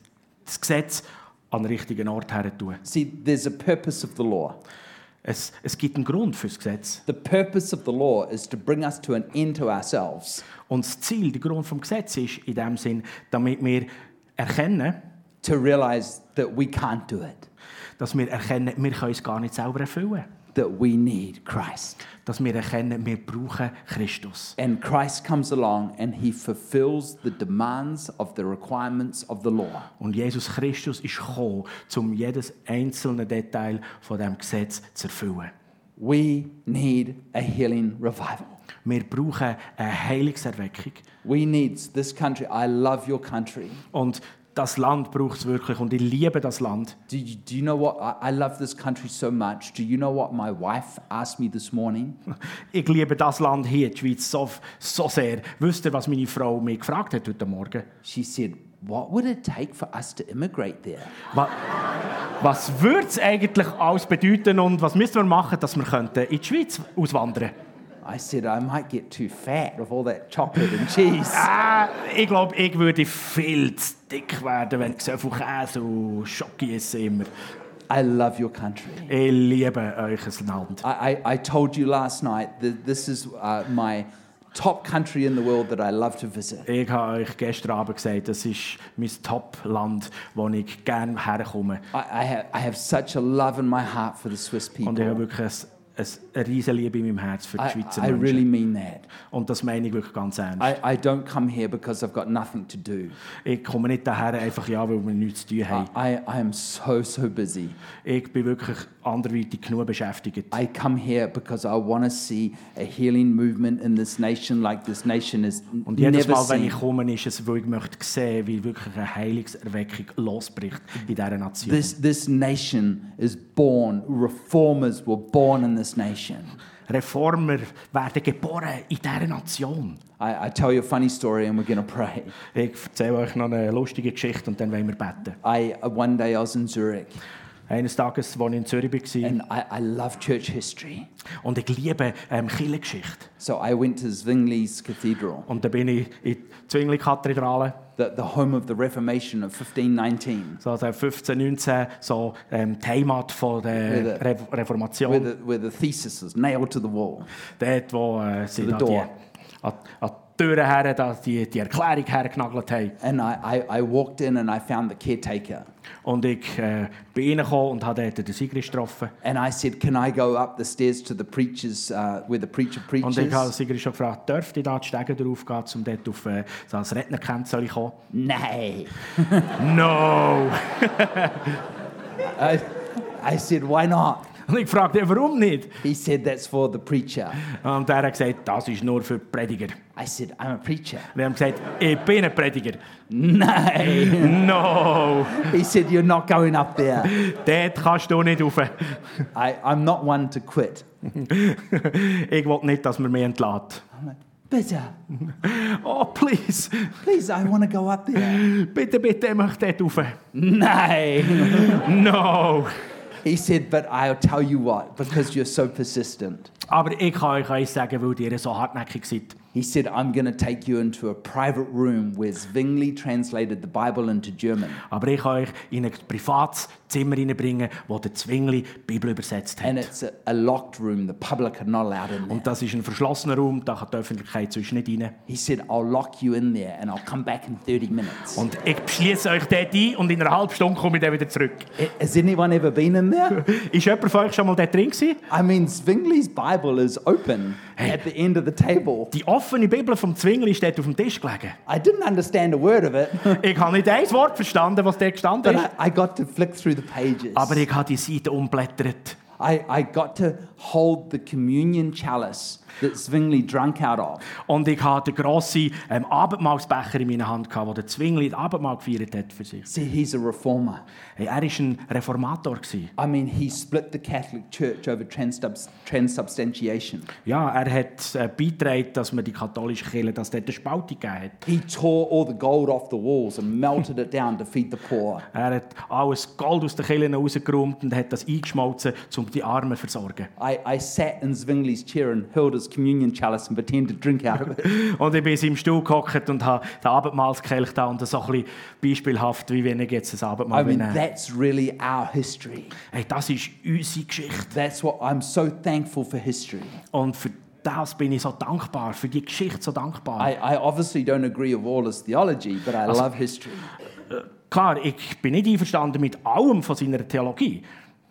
Speaker 2: das Gesetz an den richtigen Ort her tun.
Speaker 1: See, there's a purpose of the law.
Speaker 2: Es, es gibt einen Grund für das Gesetz.
Speaker 1: The purpose of the law is to bring us to an end to ourselves,
Speaker 2: Und das Ziel, der Grund vom Gesetz ist in dem Sinn, damit wir erkennen,
Speaker 1: to realize that we can't do it,
Speaker 2: dass wir erkennen, wir können es gar nicht selber erfüllen.
Speaker 1: that we need Christ.
Speaker 2: Dass wir erkennen, wir brauchen Christus.
Speaker 1: And Christ comes along and he fulfills the demands of the requirements of the law.
Speaker 2: Und Jesus Christus ist gekommen, um jedes einzelne Detail von dem Gesetz zu erfüllen.
Speaker 1: We need a healing revival.
Speaker 2: Wir brauchen eine Heilungserweckung.
Speaker 1: We need this country. I love your country.
Speaker 2: Und das Land braucht es wirklich. Und ich liebe das Land.
Speaker 1: Do you, do you know what? I, I love this country so much. Do you know what my wife asked me this morning?
Speaker 2: Ich liebe das Land hier, die Schweiz, so, so sehr. Wisst ihr, was meine Frau mich gefragt hat heute Morgen?
Speaker 1: She said, What would it take for us to immigrate there?
Speaker 2: Was, was würde es eigentlich alles bedeuten und was müssen wir machen, dass wir könnten in die Schweiz auswandern könnten?
Speaker 1: I said, I might get too fat with all that chocolate and cheese.
Speaker 2: Äh, ich glaube, ich würde viel zu dick werden, wenn ich so viel Käse und Schoki esse immer.
Speaker 1: I love your country.
Speaker 2: Ich liebe euch Land.
Speaker 1: I, I, I told you last night that this is uh, my top country in the world that I love to visit.
Speaker 2: Ich habe euch gestern Abend gesagt, das ist mein Top-Land, wo ich gerne herkomme.
Speaker 1: I, I, have, I have such a love in my heart for the Swiss
Speaker 2: Und ich habe
Speaker 1: people.
Speaker 2: wirklich ein, ein, eine riesen Liebe in meinem Herz für die
Speaker 1: I,
Speaker 2: Schweizer
Speaker 1: I
Speaker 2: Menschen.
Speaker 1: really mean that.
Speaker 2: Und das meine ich wirklich ganz ernst.
Speaker 1: I, I don't come here because I've got nothing to do.
Speaker 2: ich komme nicht daher einfach ja, weil wir nichts zu tun haben.
Speaker 1: I, I am so, so busy.
Speaker 2: Ich bin wirklich anderweitig genug beschäftigt.
Speaker 1: I come here because I want to see a healing movement in this nation like this nation is n-
Speaker 2: Und jedes
Speaker 1: never
Speaker 2: Mal, wenn ich
Speaker 1: seen.
Speaker 2: komme, ist es, weil ich möchte sehen, wie wirklich eine Heilungserweckung losbricht in dieser Nation.
Speaker 1: This, this nation is born, reformers were born in this nation.
Speaker 2: Reformer werden geboren in dieser Nation.
Speaker 1: I, I tell you a funny story and we're going to pray.
Speaker 2: Ich erzähle euch noch eine lustige Geschichte und dann wollen wir beten.
Speaker 1: I, uh, one day I was in Zurich
Speaker 2: Eines Tages, als ich in Zürich war,
Speaker 1: and I, I love church history.
Speaker 2: und ich liebe ähm, Kirchengeschichte.
Speaker 1: So I went to Zwingli's Cathedral,
Speaker 2: Und dann bin ich in die Zwingli-Kathedrale,
Speaker 1: the, the home of the Reformation of 1519,
Speaker 2: so also 1519, so ähm, die Heimat von der
Speaker 1: Wieder.
Speaker 2: Re
Speaker 1: where
Speaker 2: Reformation.
Speaker 1: the, where the thesis is nailed to the wall.
Speaker 2: Dort, wo äh, sie
Speaker 1: the
Speaker 2: da die,
Speaker 1: door.
Speaker 2: an, an die Türen her, da die, die Erklärung hergenagelt haben.
Speaker 1: And I, I, I walked in and I found the caretaker.
Speaker 2: Und ich äh, bin reingekommen und habe dort den Sigrist getroffen.
Speaker 1: And I said, Can I go up the stairs to the preacher's, uh, where the preacher
Speaker 2: Und ich habe
Speaker 1: preaches?
Speaker 2: Sigrist schon gefragt, dürfte ich da die Stege drauf gehen, um dort auf äh, so als Rednerkänzel zu kommen?
Speaker 1: Nay.
Speaker 2: No!
Speaker 1: I, I said, Why not?
Speaker 2: Und ich fragte ihn, warum nicht?
Speaker 1: He said, That's for the preacher.
Speaker 2: Und er hat gesagt, das ist nur für die Prediger.
Speaker 1: I said, I'm a preacher.
Speaker 2: Wir haben gesagt, ich bin ein Prediger.
Speaker 1: Nay.
Speaker 2: No!
Speaker 1: He said, You're not going up there.
Speaker 2: Dort kannst du nicht rauf.
Speaker 1: I, I'm not one to quit.
Speaker 2: ich will nicht, dass man mich entlädt.
Speaker 1: I'm like, Bitter.
Speaker 2: Oh, please!
Speaker 1: Please, I want to go up there.
Speaker 2: Bitte, bitte, mach dort rauf.
Speaker 1: Nay.
Speaker 2: No!
Speaker 1: He said, But I'll tell you what, because you're so persistent.
Speaker 2: Aber ich kann euch eins sagen, weil ihr so hartnäckig seid.
Speaker 1: He said, I'm going to take you into a private room where Zwingli translated the Bible into German.
Speaker 2: Aber ich kann euch in ein privates Zimmer hineinbringen, wo der Zwingli die Bibel übersetzt
Speaker 1: And
Speaker 2: hat.
Speaker 1: it's a, a locked room. The public are not allowed in there.
Speaker 2: Und das ist ein verschlossener Raum, da kann die Öffentlichkeit sonst nicht rein.
Speaker 1: He said, I'll lock you in there and I'll come back in 30 minutes.
Speaker 2: Und ich beschließe euch dort ein und in einer halben Stunde komme ich dann wieder zurück.
Speaker 1: I- Eh, Has anyone ever been in there?
Speaker 2: Ist jemand von euch schon mal dort drin gewesen?
Speaker 1: I mean, Zwingli's Bible is open at the end of the table.
Speaker 2: Die offene Bibel vom Zwingli ist dort auf dem Tisch gelegen.
Speaker 1: I didn't understand a word of it,
Speaker 2: Ich habe nicht ein Wort verstanden, was dort
Speaker 1: but
Speaker 2: gestanden ist.
Speaker 1: I, I got to flick through the pages.
Speaker 2: Aber ich habe die Seite umblättert.
Speaker 1: I, I got to hold the communion chalice that Zwingli drank out of.
Speaker 2: Und ich hatte den grossen ähm, Abendmahlsbecher in meiner Hand, gehabt, wo der Zwingli das Abendmahl gefeiert hat für sich.
Speaker 1: See, he's a reformer.
Speaker 2: Hey, er war ein Reformator. Gewesen.
Speaker 1: I mean, he split the Catholic Church over transubs- transubstantiation.
Speaker 2: Ja, er hat äh, beigetragen, dass man die katholische Kirche, dass dort eine Spaltung gegeben hat.
Speaker 1: He tore all the gold off the walls and melted it down to feed the poor.
Speaker 2: Er hat alles Gold aus den Kirchen rausgeräumt und hat das eingeschmolzen, um die Armen zu versorgen.
Speaker 1: I, I sat in Zwingli's chair and held his communion chalice and pretended to drink out of it.
Speaker 2: Und ich bin in seinem Stuhl gehockt und habe den Abendmahlskelch da und das so ein bisschen beispielhaft, wie wenn ich jetzt das
Speaker 1: I
Speaker 2: Abendmahl
Speaker 1: mean,
Speaker 2: nehme.
Speaker 1: that's really our history.
Speaker 2: Hey, das ist unsere Geschichte.
Speaker 1: That's what I'm so thankful for history.
Speaker 2: Und für das bin ich so dankbar, für die Geschichte so dankbar.
Speaker 1: I, I obviously don't agree with all his theology, but I love history.
Speaker 2: Klar, ich bin nicht einverstanden mit allem von seiner Theologie,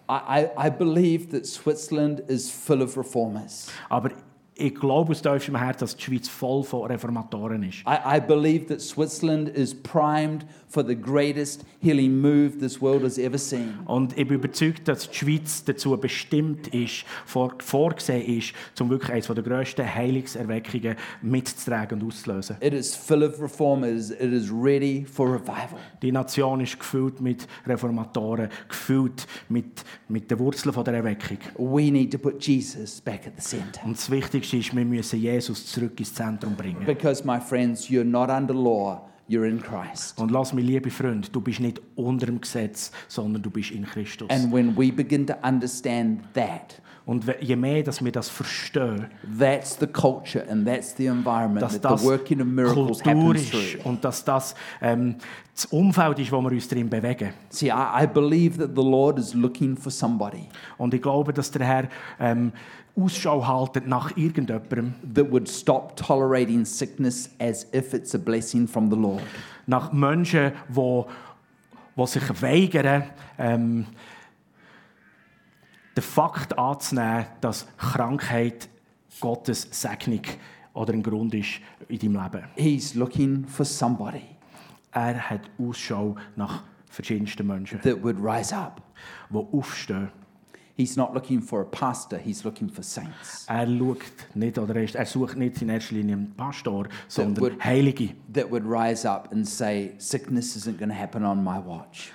Speaker 1: I, I, I believe that Switzerland is full of reformers.
Speaker 2: aber ich glaube aus tiefstem Herzen, dass die Schweiz voll von Reformatoren ist.
Speaker 1: I, I believe that Switzerland is primed for the greatest healing move this world has ever seen.
Speaker 2: Und ich bin überzeugt, dass die Schweiz dazu bestimmt ist, vor, vorgesehen ist, um wirklich eines der grössten Heilungserweckungen mitzutragen und auszulösen.
Speaker 1: It is full of reformers. It is ready for revival.
Speaker 2: Die Nation ist gefüllt mit Reformatoren, gefüllt mit, mit den Wurzeln von der Erweckung.
Speaker 1: We need to put Jesus back at the center.
Speaker 2: Und das Wichtigste ist, wir müssen Jesus zurück ins Zentrum bringen.
Speaker 1: Because, my friends, you're not under law, you're in Christ.
Speaker 2: Und lass mich, liebe Freund, du bist nicht unter dem Gesetz, sondern du bist in Christus.
Speaker 1: And when we begin to understand that,
Speaker 2: Und we- je mehr, dass wir das verstehen,
Speaker 1: that's the culture and that's the environment
Speaker 2: dass
Speaker 1: that
Speaker 2: das
Speaker 1: the working of miracles
Speaker 2: Kultur
Speaker 1: happens through.
Speaker 2: ist und dass das ähm, das Umfeld ist, wo wir uns drin bewegen.
Speaker 1: See, I, I believe that the Lord is looking for somebody
Speaker 2: Und ich glaube, dass der Herr ähm, Ausschau haltet nach irgendjemandem,
Speaker 1: that would stop tolerating sickness as if it's a blessing from the Lord.
Speaker 2: nach Menschen, die, die sich weigern, ähm, den Fakt anzunehmen, dass Krankheit Gottes Segnung oder ein Grund ist in deinem Leben.
Speaker 1: He's looking for somebody
Speaker 2: Er hat Ausschau nach verschiedensten Menschen,
Speaker 1: that would rise up.
Speaker 2: die aufstehen.
Speaker 1: He's not looking for a pastor, he's looking for saints
Speaker 2: Er schaut nicht, oder er ist- er sucht nicht in erster Linie einen Pastor, sondern
Speaker 1: wird-
Speaker 2: Heilige.
Speaker 1: that would rise up and say, Sickness isn't going to happen on my watch.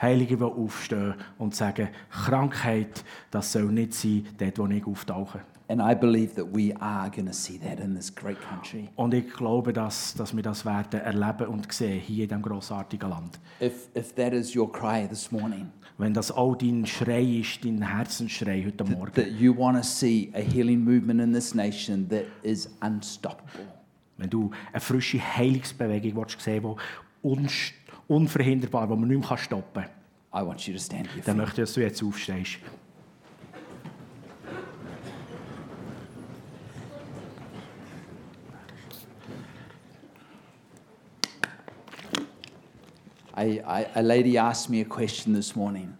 Speaker 2: Heilige, die aufstehen und sagen, Krankheit, das soll nicht sein, dort, wo ich auftauche.
Speaker 1: And I believe that we are going to see that in this great country.
Speaker 2: Und ich glaube, dass, dass wir das werden erleben und sehen, hier in diesem grossartigen Land.
Speaker 1: If, if that is your cry this morning,
Speaker 2: Wenn das auch dein Schrei ist, dein Herzensschrei heute Morgen,
Speaker 1: that you want to see a healing movement in this nation that is unstoppable.
Speaker 2: wenn du eine frische Heilungsbewegung willst sehen willst, die un unverhinderbar, die man nicht mehr stoppen kann,
Speaker 1: I want you to stand here.
Speaker 2: dann möchte ich, dass du jetzt aufstehst.
Speaker 1: I, I, a lady asked me a question this morning,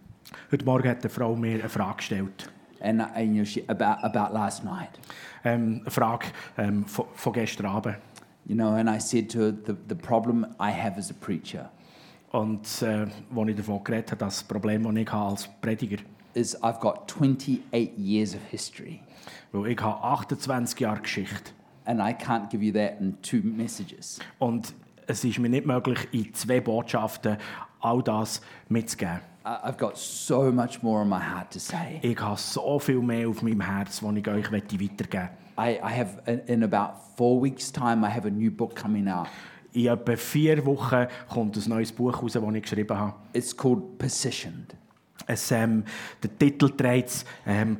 Speaker 2: Heute Morgen hat eine Frau mir eine Frage gestellt.
Speaker 1: and I, you know, she, about about last night,
Speaker 2: Ähm, eine Frage ähm, von, von gestern Abend.
Speaker 1: you know, and I said to her, the, the problem I have as a preacher
Speaker 2: Und äh, als ich davon geredet habe, das Problem, das ich habe als Prediger
Speaker 1: is I've got 28 years of history,
Speaker 2: habe. Weil ich habe 28 Jahre Geschichte.
Speaker 1: and I can't give you that in two messages.
Speaker 2: Und es ist mir nicht möglich, in zwei Botschaften all das mitzugeben.
Speaker 1: I, I've got so much more on my heart to say.
Speaker 2: Ich habe so viel mehr auf meinem Herz, das ich euch weitergeben möchte.
Speaker 1: I, I have in, in about four weeks' time, I have a new book coming out.
Speaker 2: In etwa vier Wochen kommt ein neues Buch raus, das ich geschrieben habe.
Speaker 1: It's called Positioned.
Speaker 2: Es, ähm, der Titel trägt es, ähm,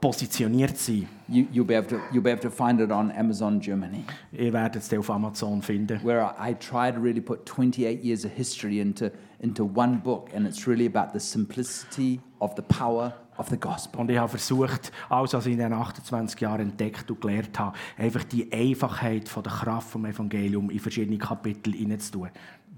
Speaker 2: «Positioniert sein».
Speaker 1: You, you'll be able to you'll be able to find it on Amazon Germany,
Speaker 2: Ihr werdet es dann auf Amazon finden.
Speaker 1: where I, I try to really put 28 years of history into into one book, and it's really about the simplicity of the power of the gospel.
Speaker 2: Und ich habe versucht, alles, was ich in den 28 Jahren entdeckt und gelernt habe, einfach die Einfachheit von der Kraft vom Evangelium in verschiedene Kapitel hineinzutun.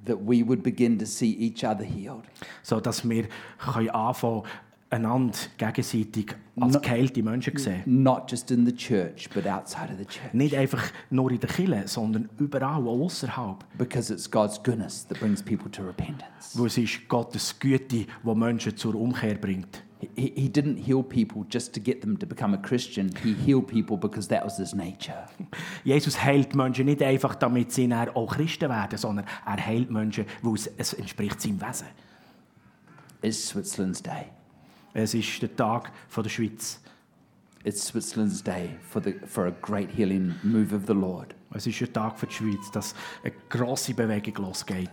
Speaker 1: That we would begin to see each other healed,
Speaker 2: So dass wir können anfangen einander gegenseitig als geheilte Menschen zu sehen.
Speaker 1: not just in the church but outside of the church,
Speaker 2: Nicht einfach nur in der Kirche, sondern überall, auch außerhalb.
Speaker 1: because it's God's goodness that brings people to repentance.
Speaker 2: Weil es ist Gottes Güte, die Menschen zur Umkehr bringt.
Speaker 1: He, he didn't heal people just to get them to become a Christian. He healed people because that was his nature.
Speaker 2: Jesus heilt Menschen nicht einfach, damit sie nachher auch Christen werden, sondern er heilt Menschen, weil es, es entspricht seinem Wesen.
Speaker 1: It's Switzerland's day.
Speaker 2: Es ist der Tag von der Schweiz.
Speaker 1: It's Switzerland's day for, the, for a great healing move of the Lord.
Speaker 2: Es ist ein Tag für die Schweiz, dass eine grosse Bewegung losgeht.